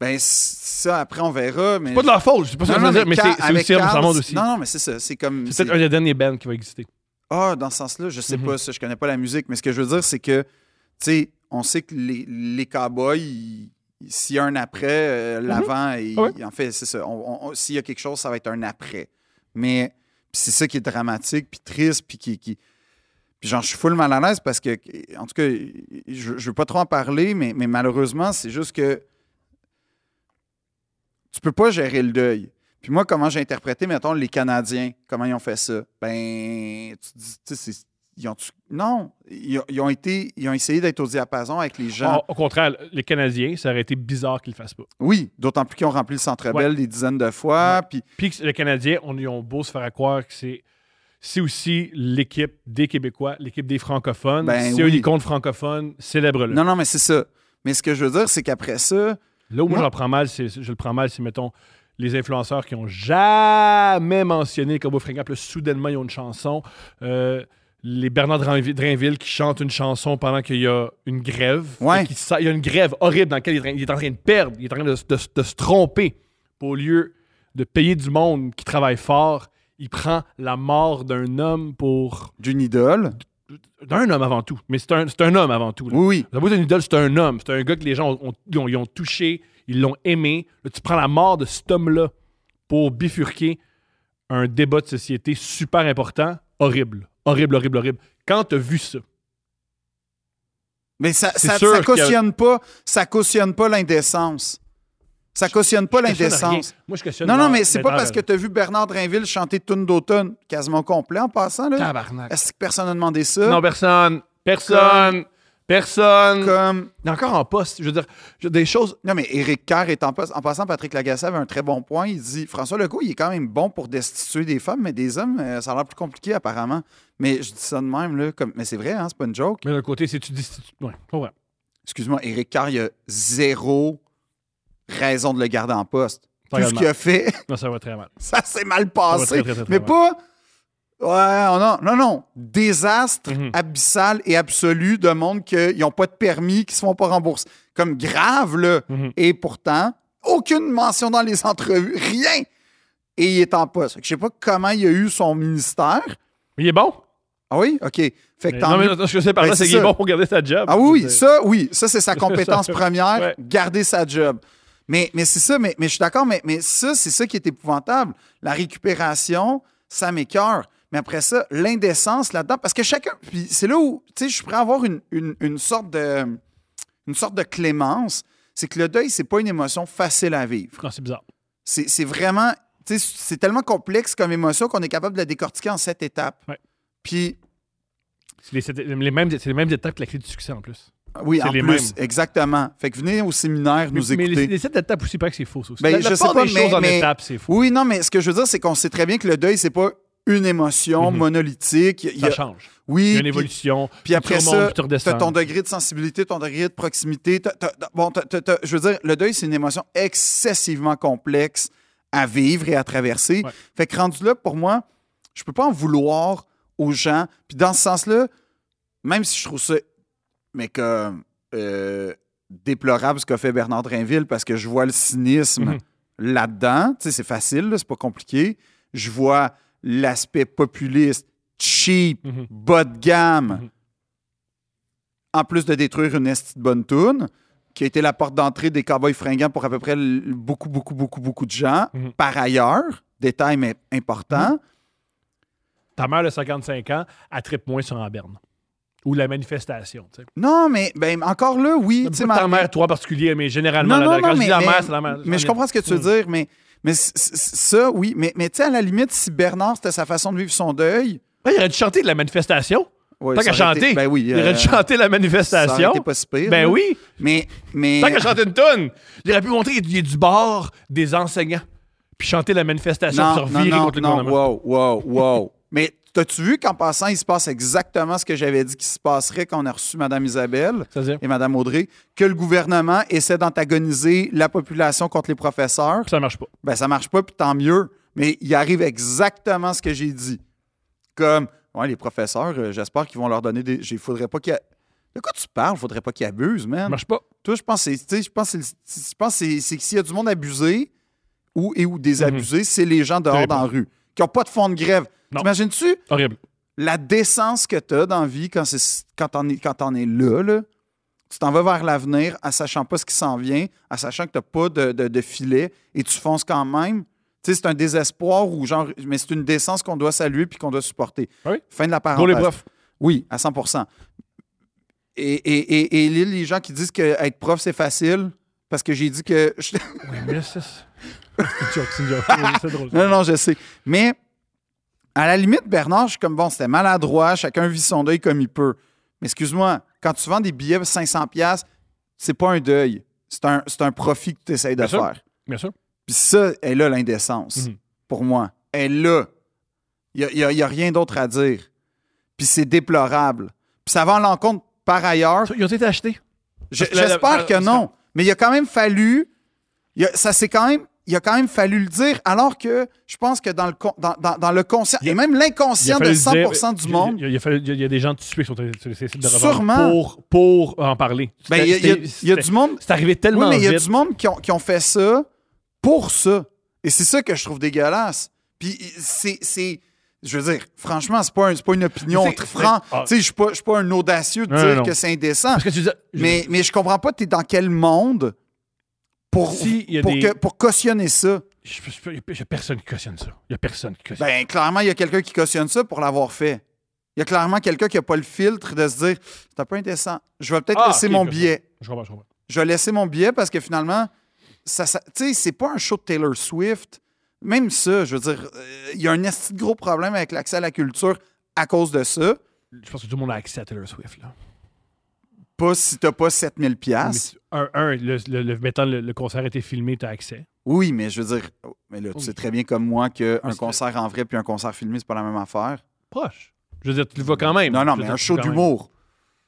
Ben, c- ça, après, on verra. Mais...
C'est pas de leur faute, c'est pas ça que je
Non,
veux
non,
dire, mais
Ca-
c'est- c'est
avec
aussi horrible dans
Carl,
le monde
c'est-
aussi.
Non, non, mais c'est ça. C'est comme.
C'est
c'est-
peut-être un des derniers bands qui va exister.
Ah, dans ce sens-là, je sais
Mhm.
pas ça. Je connais pas la musique. Mais ce que je veux dire, c'est que, tu sais, on sait que les, les cowboys, ils- ils- s'il y a un après, euh, l'avant, ils-
Ah ouais.
en fait, c'est ça. On- on- on- s'il y a quelque chose, ça va être un après. Mais puis c'est ça qui est dramatique, puis triste, puis qui. qui- puis genre, je suis full mal à l'aise parce que, en tout cas, je, je veux pas trop en parler, mais, mais malheureusement, c'est juste que tu peux pas gérer le deuil. Puis moi, comment j'ai interprété, mettons, les Canadiens, comment ils ont fait ça? Ben, tu te dis, tu sais, c'est- ils ont Non, ils ont, ils ont été, ils ont essayé d'être au diapason avec les gens.
Au- au contraire, les Canadiens, ça aurait été bizarre qu'ils le fassent pas.
Oui, d'autant plus qu'ils ont rempli le Centre
Ouais.
Bell des dizaines de fois. Puis
Puis que les Canadiens, on ils ont beau se faire à croire que c'est. C'est aussi l'équipe des Québécois, l'équipe des francophones.
Ben
c'est
oui.
une icône francophone, célèbre-le.
Non, non, mais c'est ça. Mais ce que je veux dire, c'est qu'après ça,
Là où moi,
Non.
j'en prends mal, c'est, je le prends mal, c'est, mettons, les influenceurs qui ont jamais mentionné le cowboy fringant, puis là, soudainement, ils ont une chanson. Euh, les Bernard Drainvi- Drainville qui chantent une chanson pendant qu'il y a une grève.
Ouais.
Et qui sa- il y a une grève horrible dans laquelle il est en train- il est en train de perdre, il est en train de, se- de se- de se tromper. Au lieu de payer du monde qui travaille fort, il prend la mort d'un homme pour.
d'une idole.
d'un homme avant tout. Mais c'est un, c'est un homme avant tout. là.
Oui, oui.
La boîte une idole, c'est un homme. C'est un gars que les gens ont, ont- ils ont- ils ont touché, ils l'ont aimé. Là, tu prends la mort de cet homme-là pour bifurquer un débat de société super important. Horrible. Horrible, horrible, horrible. Quand t'as vu ça,
Mais ça,
C'est
ça,
sûr
ça
que-
cautionne pas, ça cautionne pas l'indécence. Ça cautionne pas
je cautionne
l'indécence.
rien. Moi, je questionne.
Non, non, mais c'est pas parce que t'as vu Bernard Drainville chanter Tune d'automne quasiment complet en passant, là.
Tabarnak.
Est-ce que personne n'a demandé ça?
Non, personne. Personne. Personne.
Comme...
Il est encore en poste. Je veux dire, je- des choses.
Non, mais Éric Kerr est en poste. En passant, Patrick Lagacé avait un très bon point. Il dit François Legault, il est quand même bon pour destituer des femmes, mais des hommes, euh, ça a l'air plus compliqué apparemment. Mais je dis ça de même, là. Comme... Mais c'est vrai, hein, c'est pas une joke.
Mais d'un côté, c'est tu dis. Ouais, pas vrai.
Excuse-moi, Éric Kerr, il a zéro raison de le garder en poste.
Ça
Tout
va
ce
mal.
qu'il a fait,
Non, ça va très mal.
ça s'est mal
Ça va
passé.
très, très, très, très
Mais
mal.
pas. Ouais, non, non, non. Désastre
Mhm.
abyssal et absolu de monde qui n'ont pas de permis, qui se font pas rembourser. Comme grave, là.
Mhm.
Et pourtant, aucune mention dans les entrevues, rien. Et il est en poste. Fait que Je sais pas comment il a eu son ministère.
Mais il est bon.
Ah oui? OK. Fait que
Mais-
tant
non, mais
mieux.
non, ce que je sais par
Ben,
là, c'est
c'est
qu'il est
ça.
bon pour garder sa job.
Ah oui,
Je
oui,
sais.
ça, oui. Ça, c'est sa compétence
Ça,
première,
ouais.
garder sa job. Mais, mais c'est ça, mais, mais je suis d'accord, mais, mais ça, c'est ça qui est épouvantable. La récupération, ça m'écœure. Mais après ça, l'indécence là-dedans, parce que chacun, puis c'est là où, tu sais, je pourrais avoir une, une- une sorte de, une sorte de clémence. C'est que le deuil, c'est pas une émotion facile à vivre.
Non, c'est bizarre.
C'est c'est vraiment. tu sais, C'est tellement complexe comme émotion qu'on est capable de la décortiquer en sept étapes.
Ouais.
Puis,
C'est les, c'est les mêmes, c'est les mêmes étapes que la clé du succès en plus.
oui,
C'est
en
les
plus,
mêmes.
exactement. Fait que venez au séminaire nous
mais
écouter.
les, les sept étapes aussi, pas que c'est faux, ça aussi.
Ben,
la, la
je sais
part
pas,
des
mais-
choses en
mais-
étapes, c'est faux.
Oui, non, mais ce que je veux dire, c'est qu'on sait très bien que le deuil, c'est pas une émotion
Mhm.
monolithique. Il y
Ça
a-
change.
oui,
Il y a une
puis-
évolution.
Puis après
tu remontes,
ça,
puis tu
t'as
redescends.
ton degré de sensibilité, ton degré de proximité. t'as- t'as- t'as- bon, t'as- t'as- t'as- je veux dire, le deuil, c'est une émotion excessivement complexe à vivre et à traverser.
Ouais.
Fait que rendu là, pour moi, je peux pas en vouloir aux gens. Puis dans ce sens-là, même si je trouve ça, mais comme euh, déplorable ce qu'a fait Bernard Drainville, parce que je vois le cynisme
Mhm.
là-dedans. Tu sais, c'est facile, là, c'est pas compliqué. Je vois l'aspect populiste, cheap,
Mhm.
bas de gamme,
Mhm.
en plus de détruire une esti de bonne toune, qui a été la porte d'entrée des cowboys fringants pour à peu près l- beaucoup, beaucoup, beaucoup, beaucoup de gens.
Mhm.
Par ailleurs, détail mais important,
Ta mère de 55 ans, elle tripe moins sur en berne. Ou la manifestation. tu sais.
non, mais ben, encore là, oui. tu sais,
Pas
ma-
ta mère, toi en particulier, mais généralement,
Non,
la-
non,
la- quand
non,
je dis
mais-
la
mais-
mère, c'est la mère. Mm.
Mais je comprends ce que tu veux dire, mais, mais c- c- ça, oui. Mais, mais tu sais, à la limite, si Bernard, c'était sa façon de vivre son deuil...
Ouais, il aurait dû chanter de la manifestation.
ouais,
Tant
ça
qu'à
aurait été-
chanter.
ben oui,
Il aurait dû
euh,
chanter la
ça aurait
manifestation.
été pas si pire,
Ben
là.
oui.
Mais, mais...
Tant qu'à chanter une tonne, il aurait pu montrer qu'il y a du bord des enseignants. Puis chanter la manifestation, puis se revirer contre le gouvernement.
wow, wow, wow. Mais t'as-tu vu qu'en passant, il se passe exactement ce que j'avais dit qu'il se passerait quand on a reçu Mme Isabelle
C'est-à-dire,
et Mme Audrey, que le gouvernement essaie d'antagoniser la population contre les professeurs?
ça marche pas.
Ben, ça marche pas, puis tant mieux. Mais il arrive exactement ce que j'ai dit. Comme, ouais, les professeurs, euh, j'espère qu'ils vont leur donner des. Il faudrait pas qu'ils. a- De quoi tu parles? Faudrait pas qu'ils abusent,
Ça
man.
marche pas.
Toi, je pense que c'est- tu sais, je pense que c'est je pense que c'est- c'est que s'il y a du monde abusé ou, et ou désabusé, c'est les gens dehors
Mhm. Terrible.
dans la rue qui n'ont pas de fond de grève.
Non.
T'imagines-tu
Horrible.
la décence que tu as dans la vie quand, c'est- quand t'en es, quand t'en es là, là? Tu t'en vas vers l'avenir en sachant pas ce qui s'en vient, en sachant que t'as pas de, de- de filet et tu fonces quand même. Tu sais, c'est un désespoir ou genre, mais c'est une décence qu'on doit saluer puis qu'on doit supporter.
Ah oui.
Fin de la
Pour
parenthèse.
les profs.
Oui, à 100 Et, et, et, et les- les gens qui disent que être prof, c'est facile, parce que j'ai dit que. je-
Oui, mais là, ça, c'est c'est une joke, c'est une joke. Oui, C'est drôle.
non, non, je sais. Mais à la limite, Bernard, je suis comme bon, c'était maladroit, chacun vit son deuil comme il peut. Mais excuse-moi, quand tu vends des billets de 500$, c'est pas un deuil, c'est un, c'est un profit que tu essayes de
Bien sûr.
faire.
Bien sûr.
Puis ça, elle a l'indécence,
Mhm.
pour moi. Elle a. Il n'y a, y a rien d'autre à dire. Puis c'est déplorable. Puis ça va en l'encontre, par ailleurs,
Ils ont été achetés.
Je-
que la- la-
J'espère que
la-
non. Mais il a quand même fallu. il a- ça s'est quand même. Il a quand même fallu le dire, alors que je pense que dans le, con- dans, dans- dans le conscient
Il a-
et même l'inconscient de
fallu le
100
dire,
du
il-
monde,
Il y a, il y a fallu- il y a des gens tués qui sont allés sur les sites de revente
Sûrement.
pour, pour en parler.
ben, il y a- il y a-
C'était-
il y a du monde.
C'est arrivé tellement
Oui, mais il y a
vite.
du monde qui ont, qui ont fait ça pour ça. Et c'est ça que je trouve dégueulasse. Puis c'est. c'est- Je veux dire, franchement, c'est pas, un- c'est pas une opinion
Mais c'est-
entre francs.
mais- ah.
Tu sais, je suis pas, je suis pas un audacieux de
Non,
dire
non, non.
que c'est indécent.
Parce que tu disais- je-
Mais, mais je comprends pas, t'es dans quel monde pour,
Si, il y a
pour,
des-
que- pour cautionner ça.
je- je- je- Il n'y a personne qui cautionne ça. Il n'y a personne qui cautionne
Ben, clairement, il y a quelqu'un qui cautionne ça pour l'avoir fait. Il y a clairement quelqu'un qui a pas le filtre de se dire c'est un peu indécent. Je vais peut-être
Ah,
laisser
ok,
mon
je
billet.
Je comprends, je comprends.
je vais laisser mon billet parce que finalement, ça, ça- tu sais, c'est pas un show de Taylor Swift. Même ça, je veux dire, euh, il y a un esti de gros problème avec l'accès à la culture à cause de ça.
Je pense que tout le monde a accès à Taylor Swift. Là.
Pas si t'as pas 7000
Mais
pièces.
tu- un, un, le, le, le- mettons, le, le concert a été filmé, tu as accès.
Oui, mais je veux dire, oh, mais là, tu
Oui.
sais très bien comme moi
Mais
qu'un
c'est-
concert en vrai puis un concert filmé, c'est pas la même affaire.
Proche. Je veux dire, tu le vois quand même.
Non, non,
Je veux
mais
dire,
un show
quand même.
d'humour.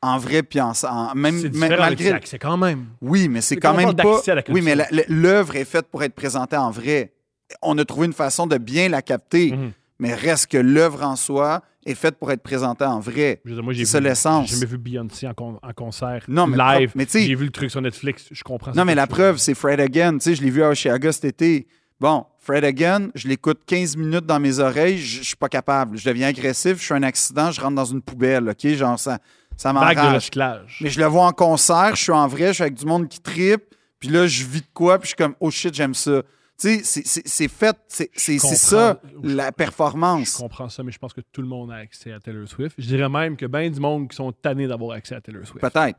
En vrai, puis en, en- même,
C'est
même
différent, mais
malgré.
c'est accès quand même.
Oui, mais c'est
Mais
quand
quand on parle
même pas.
d'accès à la
Oui, mais la-
culture.
la- l'œuvre est faite pour être présentée en vrai. On a trouvé une façon de bien la capter,
Mhm.
mais reste que l'œuvre en soi est faite pour être présentée en vrai.
Je veux dire, moi, j'ai
C'est ça
vu-
l'essence.
J'ai jamais vu Beyoncé en, con- en concert
Non, mais
live.
pro- mais tu sais-
j'ai vu le truc sur Netflix, je comprends.
Non, mais la
Je-
preuve, c'est Fred Again. Tu sais, je l'ai vu à Chicago cet été. Bon, Fred Again, je l'écoute 15 minutes dans mes oreilles, je, je suis pas capable. Je deviens agressif, je fais un accident, je rentre dans une poubelle, OK? Genre, ça, ça
Vague de
m'enrage.
recyclage.
Mais je le vois en concert, je suis en vrai, je suis avec du monde qui tripe, puis là, je vis de quoi, puis je suis comme, oh shit, j'aime ça. Tu sais, c'est- c'est- c'est fait, c'est c'est- c'est ça,
comprends.
la
Je
performance.
comprends ça, mais je pense que tout le monde a accès à Taylor Swift. Je dirais même que ben du monde qui sont tannés d'avoir accès à Taylor Swift.
Peut-être.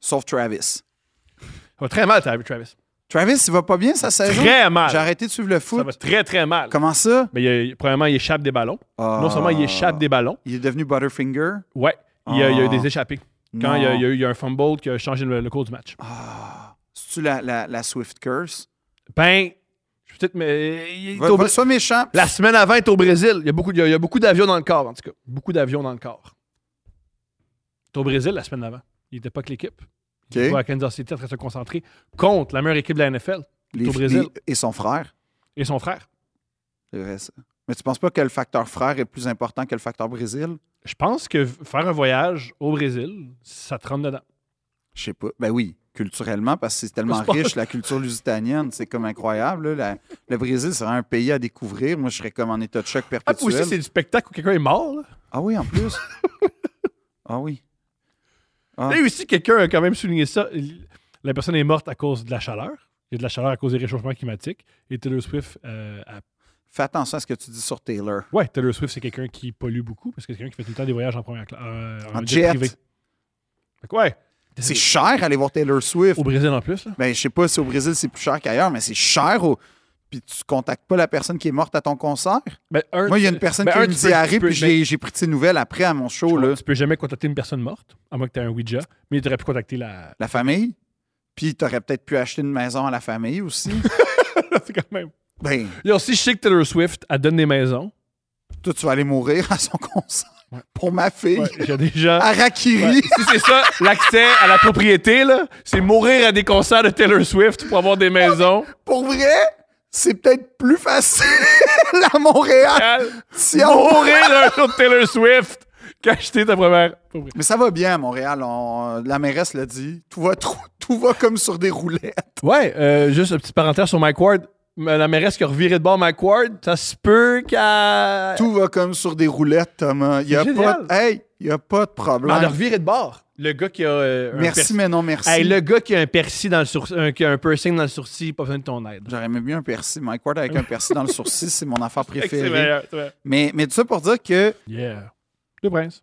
Sauf Travis.
Ça va très mal, Travis. Travis.
Travis, il va pas bien sa saison?
Très mal.
J'ai arrêté de suivre le
Ça
foot.
va très, très mal.
Comment ça? Ah.
Mais il y a- premièrement, il échappe des ballons. Non seulement il échappe des ballons,
Il est devenu Butterfinger?
ouais, il y a, il y a eu
Ah.
des échappés. Quand il y, a,
Non.
il y a eu, il y a un fumble qui a changé le, le cours du match.
Ah, C'est-tu la, la- la Swift Curse?
Ben, je vais peut-être. Mais, il est
Va,
au-
va- sois méchant.
La semaine avant, il est au Brésil. Il y a beaucoup, il y a- il y a beaucoup d'avions dans le corps, en tout cas. Beaucoup d'avions dans le corps. Il est au Brésil la semaine avant. Il n'était pas avec l'équipe. Il
OK.
était pas à Kansas City en train de se concentrer contre la meilleure équipe de la NFL
Les-
au Brésil.
les- et son frère.
et son frère.
C'est vrai, ça. Mais tu penses pas que le facteur frère est plus important que le facteur Brésil?
Je pense que v- faire un voyage au Brésil, ça te rentre dedans.
Je sais pas. Ben oui, culturellement, parce que c'est tellement
C'est pas-
riche, la culture lusitanienne, c'est comme incroyable. là. La- le Brésil serait un pays à découvrir. Moi, je serais comme en état de choc
Ah, puis aussi,
perpétuel.
c'est du spectacle où quelqu'un est mort. Là,
Ah, oui, en plus. ah oui. Ah.
Là aussi, quelqu'un a quand même souligné ça. Il- La personne est morte à cause de la chaleur. Il y a de la chaleur à cause des réchauffements climatiques. Et Taylor Swift, euh, a-
Fais attention à ce que tu dis sur Taylor.
ouais, Taylor Swift, c'est quelqu'un qui pollue beaucoup parce que c'est quelqu'un qui fait tout le temps des voyages en première classe, euh, en,
En
jet,
jet.
privé. Fait que ouais,
C'est cher aller voir Taylor Swift.
au Brésil en plus. Là.
Ben, je sais pas si au Brésil c'est plus cher qu'ailleurs, mais c'est cher. au- Puis tu contactes pas la personne qui est morte à ton concert.
Ben, un,
Moi, il y a
tu-
une personne
ben,
qui
un,
a eu une
tu peux-
diarrhée,
tu peux-
puis
ben,
j'ai- j'ai pris de ses nouvelles après à mon show, là.
Tu peux jamais contacter une personne morte, à moins que tu aies un Ouija, mais tu aurais pu contacter la.
la famille. Puis t'aurais peut-être pu acheter une maison à la famille aussi.
c'est quand même.
ben,
Il y a aussi, je sais que Taylor Swift, elle donne des maisons.
toi, tu vas aller mourir à son concert
Ouais.
pour ma fille.
Ouais, Il y a des gens.
Arakiri.
Ouais, si c'est ça, l'accès à la propriété, là, c'est mourir à des concerts de Taylor Swift pour avoir des maisons.
Pour vrai, c'est peut-être plus facile à Montréal. Si on-
Mourir à un show de Taylor Swift qu'acheter ta première propriété.
Mais ça va bien à Montréal. on- La mairesse l'a dit. Tout va, trop- tout va comme sur des roulettes.
Ouais, euh, juste une petite parenthèse sur Mike Ward. Mais La mairesse qui a reviré de bord Mike Ward, ça se peut qu'elle.
Tout va comme sur des roulettes, Thomas. Il y a
C'est
pas,
génial.
de- hey, il y a pas de
Mais Ah, elle a
problème.
reviré de bord. Le gars qui a. euh, un
Merci,
piercing-
mais non merci.
Hey, le gars qui a un persil dans le sourcil, un- qui a un piercing dans le sourcil, pas besoin de ton aide.
J'aurais aimé mieux un persil. Mike Ward avec un persil dans le sourcil, c'est mon affaire
Fait que c'est
préférée.
meilleur, c'est meilleur.
Mais, mais tout ça pour dire que
Yeah. Le prince.